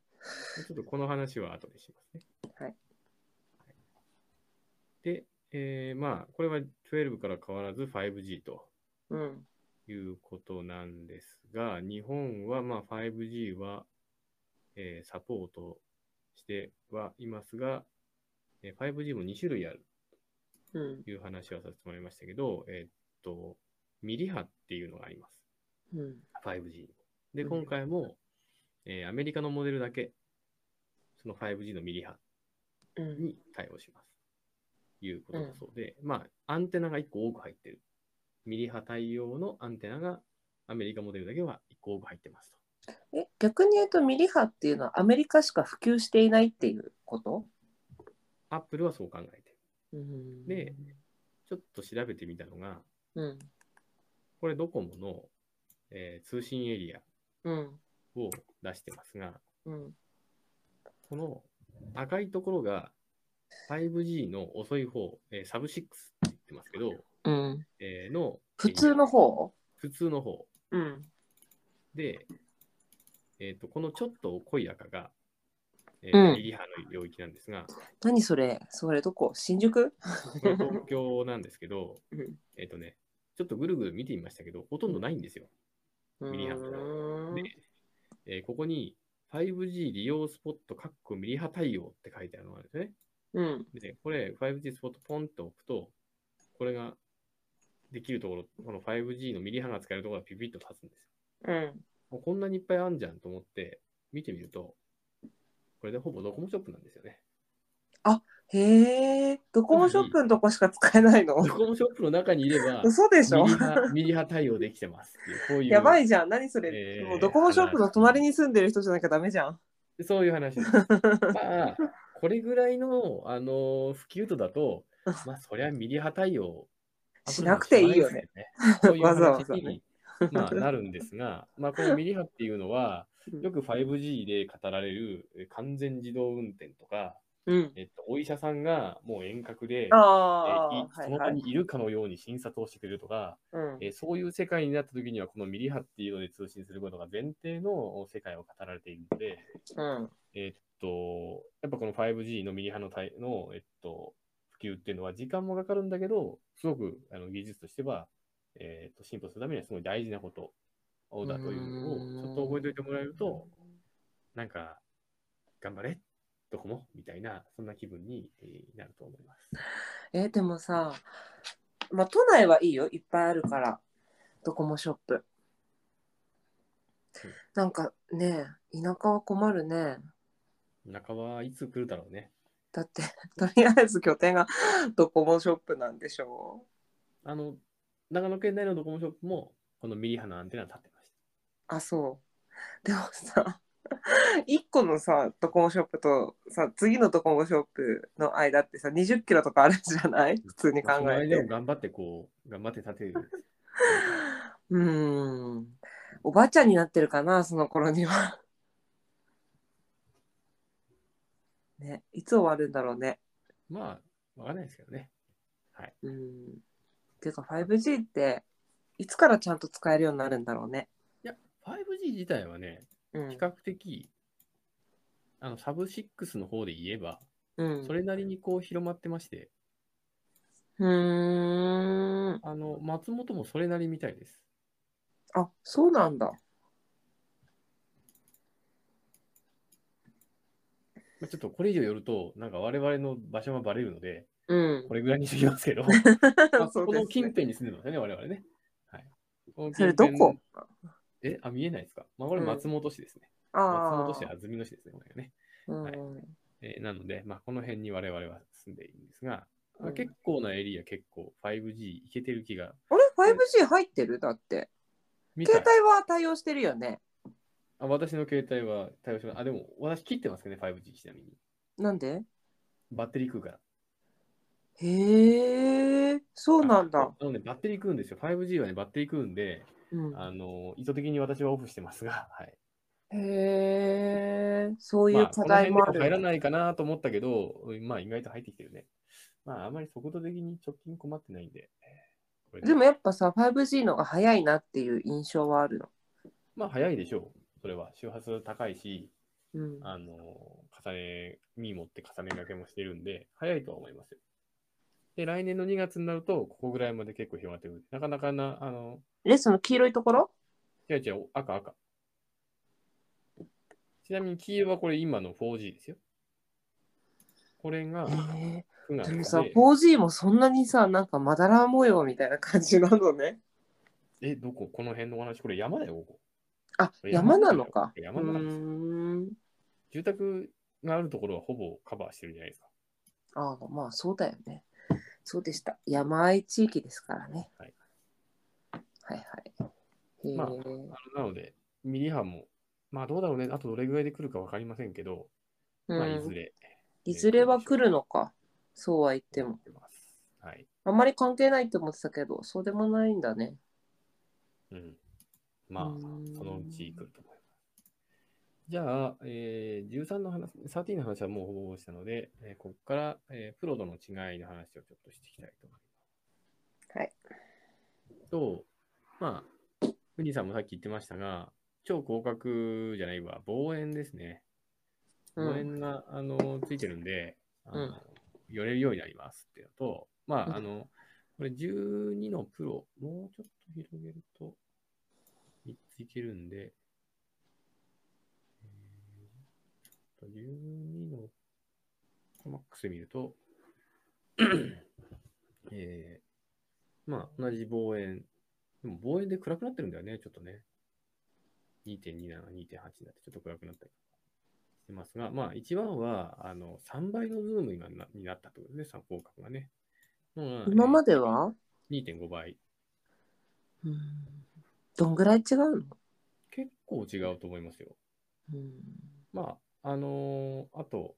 Speaker 2: ちょっとこの話は後でしますね。
Speaker 1: はい
Speaker 2: はい。で、えーまあ、これは12から変わらず 5G と
Speaker 1: うん。
Speaker 2: いうことなんですが、日本はまあ 5G は、えーサポートしてはいますが、えー 5G も2種類ある
Speaker 1: うん。
Speaker 2: という話はさせてもらいましたけど、えーっと、ミリ波っていうのがあります。
Speaker 1: うん。
Speaker 2: 5G。で、
Speaker 1: うん
Speaker 2: 今回も、えーアメリカのモデルだけ、その 5G のミリ波
Speaker 1: うん。
Speaker 2: に対応します。いうことだそうで、まあ、アンテナが1個多く入ってる。ミリ波対応のアンテナが、アメリカモデルだけは1個多く入ってますと。
Speaker 1: え逆に言うとミリ波っていうのはアメリカしか普及していないっていうこと
Speaker 2: アップルはそう考えてる。
Speaker 1: うん
Speaker 2: でちょっと調べてみたのが、
Speaker 1: うん。
Speaker 2: これドコモの、えー通信エリア
Speaker 1: うん。
Speaker 2: を出してますが、
Speaker 1: うん。
Speaker 2: この赤いところが 5G の遅い方、えーサブ6って言ってますけど、
Speaker 1: うん。
Speaker 2: えーの
Speaker 1: 普通の方
Speaker 2: 普通の方
Speaker 1: うん。
Speaker 2: で、えー、とこのちょっと濃い赤が、え
Speaker 1: うん
Speaker 2: ー、リリハの領域なんですが、
Speaker 1: 何それそれどこ新
Speaker 2: こ
Speaker 1: 宿
Speaker 2: れ東京なんですけど
Speaker 1: うん、
Speaker 2: えっとね、ちょっとぐるぐる見てみましたけど、ほとんどないんですよ。ミリ波
Speaker 1: うーん
Speaker 2: で、えーここに 5G 利用スポット、カッコミリ波対応って書いてあるのがあるんですね。
Speaker 1: うん。
Speaker 2: で、これ 5G スポットポンと置くと、これができるところ、この 5G のミリ波が使えるところがピピッと立つんですよ。
Speaker 1: うん。
Speaker 2: もうこんなにいっぱいあんじゃんと思って見てみると、これでほぼドコモショップなんですよ
Speaker 1: (laughs)
Speaker 2: ね。
Speaker 1: へえ、ドコモショップのとこしか使えないの
Speaker 2: ドコモショップの中にいれば、
Speaker 1: 嘘でしょ
Speaker 2: ミリ波ミリ波対応できてますっていう、こういう、
Speaker 1: やばいじゃん。何それ、
Speaker 2: えー
Speaker 1: もうドコモショップの隣に住んでる人じゃなきゃダメじゃん。
Speaker 2: そういう
Speaker 1: (laughs)
Speaker 2: 話です。まあ、これぐらいの、あの普及度だと、まあ、そりゃミリ波対応
Speaker 1: しなくていいよね。
Speaker 2: そういう
Speaker 1: (laughs) わざわ
Speaker 2: 話
Speaker 1: ざね
Speaker 2: に、まあ、なるんですが、まあ、このミリ波っていうのは、よく 5G で語られるえ完全自動運転とか、
Speaker 1: うん。
Speaker 2: えっと、お医者さんがもう遠隔で、
Speaker 1: あ
Speaker 2: えーい
Speaker 1: あ、は
Speaker 2: そ
Speaker 1: い
Speaker 2: の
Speaker 1: は
Speaker 2: 場
Speaker 1: い。
Speaker 2: にいるかのように診察をしてくれるとか、
Speaker 1: うん
Speaker 2: えーそういう世界になった時には、このミリ波っていうので通信することが前提の世界を語られているので、
Speaker 1: うん。
Speaker 2: えーっと、やっぱこの 5G のミリ波の対の、えっと、普及っていうのは時間もかかるんだけど、すごくあの技術としては、えーっと進歩するためにはすごい大事なことだというのを
Speaker 1: うーん
Speaker 2: ちょっと覚えておいてもらえると、なんか、頑張れ、どこも、みたいな、そんな気分にえーなると思います。
Speaker 1: えでもさ、まあ、都内はいいよいっぱいあるからドコモショップ
Speaker 2: うん
Speaker 1: なんかね田舎は困るね
Speaker 2: 中はいつ来るだろうね。
Speaker 1: だって (laughs) とりあえず拠点が (laughs) ドコモショップなんでしょう
Speaker 2: あの、長野県内のドコモショップも、このミリ波のアンテナ立ってまし
Speaker 1: あそうでもさ (laughs) 1個のさドコモショップとさ次のドコモショップの間ってさ2 0キロとかあるじゃない普通に考
Speaker 2: まあその
Speaker 1: え
Speaker 2: 間も
Speaker 1: て
Speaker 2: 頑張ってこう、頑張って立てる。
Speaker 1: うーんおばあちゃんになってるかなその頃には (laughs) ねいつ終わるんだろうね
Speaker 2: まあ、わかんないですけどね。はい。
Speaker 1: うんていうか 5G っていつからちゃんと使えるようになるんだろうね
Speaker 2: 5G 自体はね、
Speaker 1: うん
Speaker 2: 比較的、あの、サブ6の方で言えば、
Speaker 1: うん
Speaker 2: それなりにこう広まってまして、
Speaker 1: うーん
Speaker 2: あの、松本もそれなりみたいです。
Speaker 1: あそうなんだ
Speaker 2: まあ、ちょっとこれ以上寄ると、なんか我々の場所がバレるので、
Speaker 1: うん
Speaker 2: これぐらいにしてきます
Speaker 1: (laughs)
Speaker 2: けど、まあ
Speaker 1: そう
Speaker 2: こ
Speaker 1: ですね
Speaker 2: の近辺に住んでますよね、我々ね。はい。この
Speaker 1: そ
Speaker 2: 近
Speaker 1: れ
Speaker 2: 辺
Speaker 1: どこ
Speaker 2: え、あ、見えないですか。まあ、これ
Speaker 1: うん
Speaker 2: 松本市ですね。松
Speaker 1: あ
Speaker 2: 本市、
Speaker 1: あ
Speaker 2: 安曇野市ですね、これがね。
Speaker 1: うん
Speaker 2: はいえーなので、まあ、この辺に我々は住んでいるんですが、ま
Speaker 1: う
Speaker 2: あ、
Speaker 1: ん
Speaker 2: 結構なエリア、結構 5G いけてる気が。
Speaker 1: あれ 5G 入ってるだって
Speaker 2: みた
Speaker 1: 携
Speaker 2: い
Speaker 1: 帯は対応してるよね
Speaker 2: あ私の携帯は対応します。あ、でも私切ってますけどね、5G ちなみに。
Speaker 1: なんで
Speaker 2: バッテリー食うから。
Speaker 1: へえそうなん
Speaker 2: あ
Speaker 1: だ、
Speaker 2: なので、バッテリー食うんですよ。5G はね、バッテリー食うんで、
Speaker 1: うん、
Speaker 2: あの意図的に私はオフしてますが、 (laughs) はい。
Speaker 1: へえそうい
Speaker 2: ま
Speaker 1: う
Speaker 2: あ、
Speaker 1: 課題もあ
Speaker 2: この辺で入ら
Speaker 1: る、
Speaker 2: ないかなと思ったけど、まあ、意外と入ってきてるね。まあ、あまり速度的に直近困ってないんで。これ
Speaker 1: でもやっぱさ 5G のが早いなっていう印象はあるの
Speaker 2: まあ、早いでしょう。それは。周波数高いし、
Speaker 1: うん
Speaker 2: あの、重ね、身持って重ね掛けもしてるんで、早いとは思いますよ。で、来年の2月になると、ここぐらいまで結構広がってくる。なかなかな、あの、
Speaker 1: えその黄色いところ
Speaker 2: 違う違う、赤赤。ちなみに黄色はこれ今の 4G ですよ。これが
Speaker 1: へ
Speaker 2: 9
Speaker 1: え
Speaker 2: 月
Speaker 1: で
Speaker 2: で
Speaker 1: もさ 4G もそんなにさなんかまだら模様みたいな感じなのね
Speaker 2: え、どここの辺のお話、これ山だよ、ここ。
Speaker 1: あ山なのか
Speaker 2: 山なんですよ
Speaker 1: うーん
Speaker 2: 住宅があるところはほぼカバーしてるじゃないですか。
Speaker 1: ああまあそうだよねそうでした山あい地域ですからね
Speaker 2: はい、
Speaker 1: はいはいへえ、
Speaker 2: まああのなので、ミリ波も、まあどうだろうね、あとどれぐらいで来るか分かりませんけど、まあ
Speaker 1: うん
Speaker 2: いずれ。
Speaker 1: いずれは来るのかそうは言っても。
Speaker 2: はい。
Speaker 1: あんまり関係ないって思ってたけど、そうでもないんだね。
Speaker 2: うん。まあ
Speaker 1: うーん、
Speaker 2: そのうち来ると思います。じゃあ、えー、13の話、13の話はもうほぼほぼしたので、えーここから、えープロとの違いの話をちょっとしていきたいと思います。
Speaker 1: はい。
Speaker 2: と、まあ、ウニさんもさっき言ってましたが、超広角じゃないわ、望遠ですね。
Speaker 1: う
Speaker 2: 望
Speaker 1: ん。
Speaker 2: 遠が、あのついてるんで、あの
Speaker 1: うん
Speaker 2: 寄れるようになりますっていうのと、ま
Speaker 1: うん
Speaker 2: あ、あの、これ12のプロ、もうちょっと広げると、3ついけるんで、えー12のマックスで見ると、えー、まあ、同じ望遠。でも望遠で暗くなってるんだよね、ちょっとね。2.27、2.8になってちょっと暗くなったりしてますが、まあ、一番は、あの、3倍のズームになになったってことですね、三広角がね。
Speaker 1: 今ま
Speaker 2: で
Speaker 1: では、
Speaker 2: ?2.5 倍。
Speaker 1: うん、どんぐらい違うの、
Speaker 2: 結構違うと思いますよ。
Speaker 1: うん、
Speaker 2: まあ、あのーあと、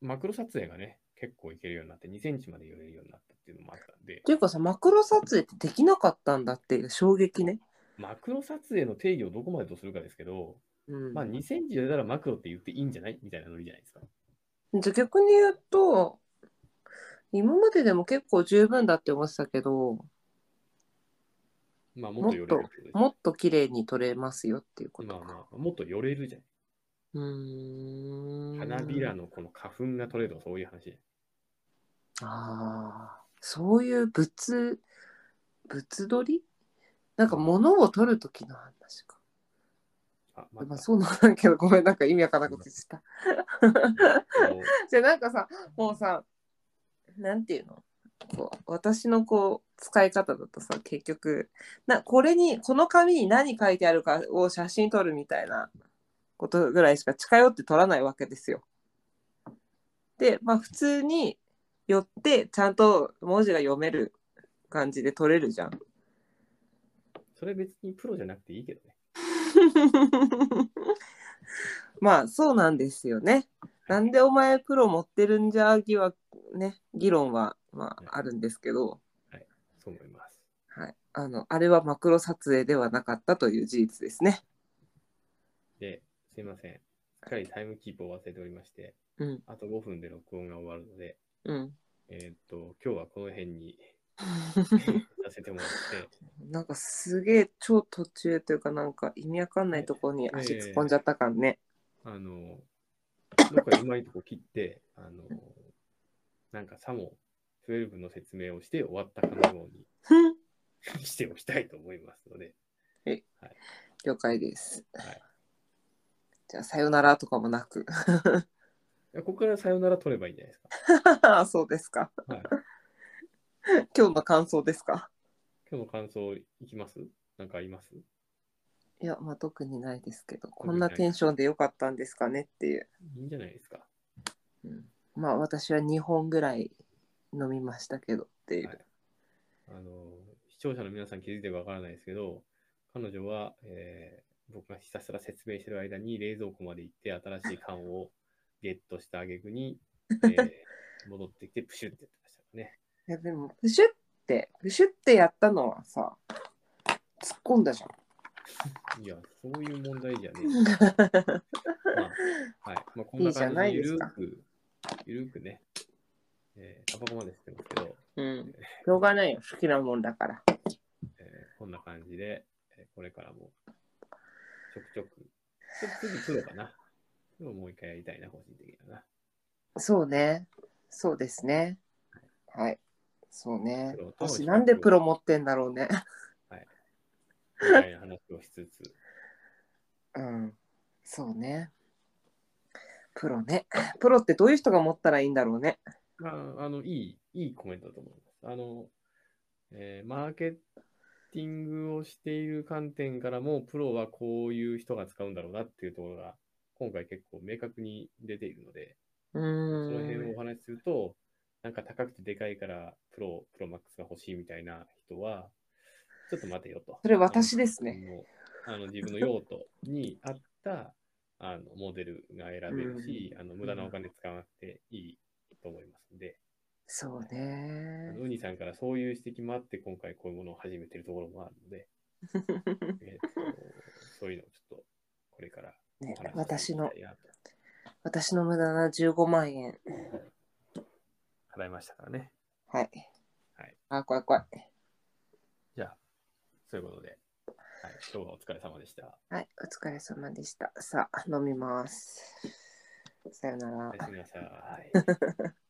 Speaker 2: マクロ撮影がね、結構いけるようになって、2センチまで寄れるようになったっていうのもあったんで
Speaker 1: っ、ていうかさ、マクロ撮影ってできなかったんだっていう衝撃ね。
Speaker 2: マクロ撮影の定義をどこまでとするかですけど、
Speaker 1: うん
Speaker 2: まあ2センチ出たらマクロって言っていいんじゃないみたいなノリじゃないですか。
Speaker 1: じゃあ逆に言うと、今まででも結構十分だって思ってたけど、
Speaker 2: まあもっと寄れるってことです
Speaker 1: もっと綺麗に撮れますよっていうこ
Speaker 2: ま
Speaker 1: と
Speaker 2: あ
Speaker 1: か。
Speaker 2: まあ、もっと寄れるじゃ
Speaker 1: うーん。
Speaker 2: ん。花びらのこの花粉が取れるとかそういう話じゃん
Speaker 1: ああ、そういう物、物撮りなんか物を撮るときの話か。
Speaker 2: あ、ま
Speaker 1: まあ
Speaker 2: た、
Speaker 1: そうなんだけど、ごめん、なんか意味わからなこと言ってた。
Speaker 2: あの
Speaker 1: (laughs) じゃあなんかさ、もうさ、なんていうのこう私のこう使い方だとさ結局なこれにこの紙に何書いてあるかを写真撮るみたいなことぐらいしか近寄って撮らないわけですよ。でまあ普通に寄ってちゃんと文字が読める感じで撮れるじゃん。
Speaker 2: それ別にプロじゃなくていいけどね。
Speaker 1: (laughs) まあそうなんですよね。なんでお前黒持ってるんじゃ疑惑ね議論はまああるんですけど、
Speaker 2: そう思います。
Speaker 1: はい、あのあれはマクロ撮影ではなかったという事実ですね。
Speaker 2: で、すいません。すっかりタイムキープを忘れておりまして、
Speaker 1: うん
Speaker 2: あと5分で録音が終わるので、
Speaker 1: うん、
Speaker 2: えーっと、今日はこの辺
Speaker 1: (laughs)
Speaker 2: にさせてもらって、
Speaker 1: なんかすげえ超途中というかなんか意味わかんないとこに足突っ込んじゃった感
Speaker 2: (laughs)
Speaker 1: ね。
Speaker 2: あの、なんかうまいとこ切って、あの、なんかさも12の説明をして終わったかのよう
Speaker 1: ふん
Speaker 2: に (laughs) しておきたいと思いますので、
Speaker 1: 了解です。
Speaker 2: はい
Speaker 1: じゃあさよならとかもなく。 (laughs)
Speaker 2: いやここからさよなら取ればいいんじゃないですか。
Speaker 1: そうですか。
Speaker 2: はい、
Speaker 1: 今日の感想ですか。
Speaker 2: 今日の感想いきますなんかあります
Speaker 1: いや、まあ特にないですけど、
Speaker 2: にな
Speaker 1: こ
Speaker 2: い
Speaker 1: んなテンションでよかったんですかねっていう。
Speaker 2: いいんじゃないですか。
Speaker 1: うんまあ私は2本ぐらい飲みましたけどっていう。
Speaker 2: はいあの、視聴者の皆さん気づいてるかわからないですけど、彼女は、えー僕がひたすら説明してる間に冷蔵庫まで行って新しい缶をゲットした挙句に、えー戻ってきてプシュってやってましたからね。
Speaker 1: いやでも、プシュって、プシュってやったのはさ、突っ込んだじゃん。
Speaker 2: いや、そういう問題じゃねえ。はい。まあ、こん
Speaker 1: い
Speaker 2: ない
Speaker 1: じゃ
Speaker 2: 感じ
Speaker 1: な
Speaker 2: で
Speaker 1: い
Speaker 2: ゆ
Speaker 1: です
Speaker 2: る
Speaker 1: か
Speaker 2: く、ゆるくね、えータバコまで吸ってますけど、
Speaker 1: (laughs) うん。しょうがないよ、好きなもんだから。
Speaker 2: えーこんな感じで、えーこれからも、ちょくちょく、ちょ次プロかな。でももう一回やりたいな、個人的に
Speaker 1: (laughs)
Speaker 2: はな。
Speaker 1: そうね。そうですね。はい。そうね
Speaker 2: プロ。と
Speaker 1: 私、なんでプロ持ってんだろうね。
Speaker 2: みたいな話をしつつ、
Speaker 1: うん。そうね。プロね。プロってどういう人が持ったらいいんだろうね。
Speaker 2: まあ、あの、いい、いいコメントだと思います。あの、えーマーケティングをしている観点からも、プロはこういう人が使うんだろうなっていうところが、今回結構明確に出ているので、
Speaker 1: う
Speaker 2: その辺
Speaker 1: ー
Speaker 2: を
Speaker 1: ん。
Speaker 2: お話しすると、なんか高くてでかいから、プロ、プロマックスが欲しいみたいな人は、ちょっと待てよと。
Speaker 1: それ私ですね
Speaker 2: ね。あの自分の用途に合ったあのモデルが選べるし、あの無駄なお金使わなくていいと思いますので、
Speaker 1: そう
Speaker 2: あ
Speaker 1: ね
Speaker 2: (laughs) の。ウニさんからそういう指摘もあって、今回こういうものを始めてるところもあるの
Speaker 1: (laughs)
Speaker 2: で、えっとそういうのをちょっとこれからお
Speaker 1: ね
Speaker 2: 話ししていきたいなと
Speaker 1: 私の私の無駄な15万円。
Speaker 2: 払いましたからね。
Speaker 1: はい。
Speaker 2: はい、
Speaker 1: あ、怖い怖い。
Speaker 2: じゃあ、そういうことで、はい、今日はお疲れ様でした。
Speaker 1: はい、お疲れ様でした。さあ、飲みます。さよなら
Speaker 2: おや。すみなさい。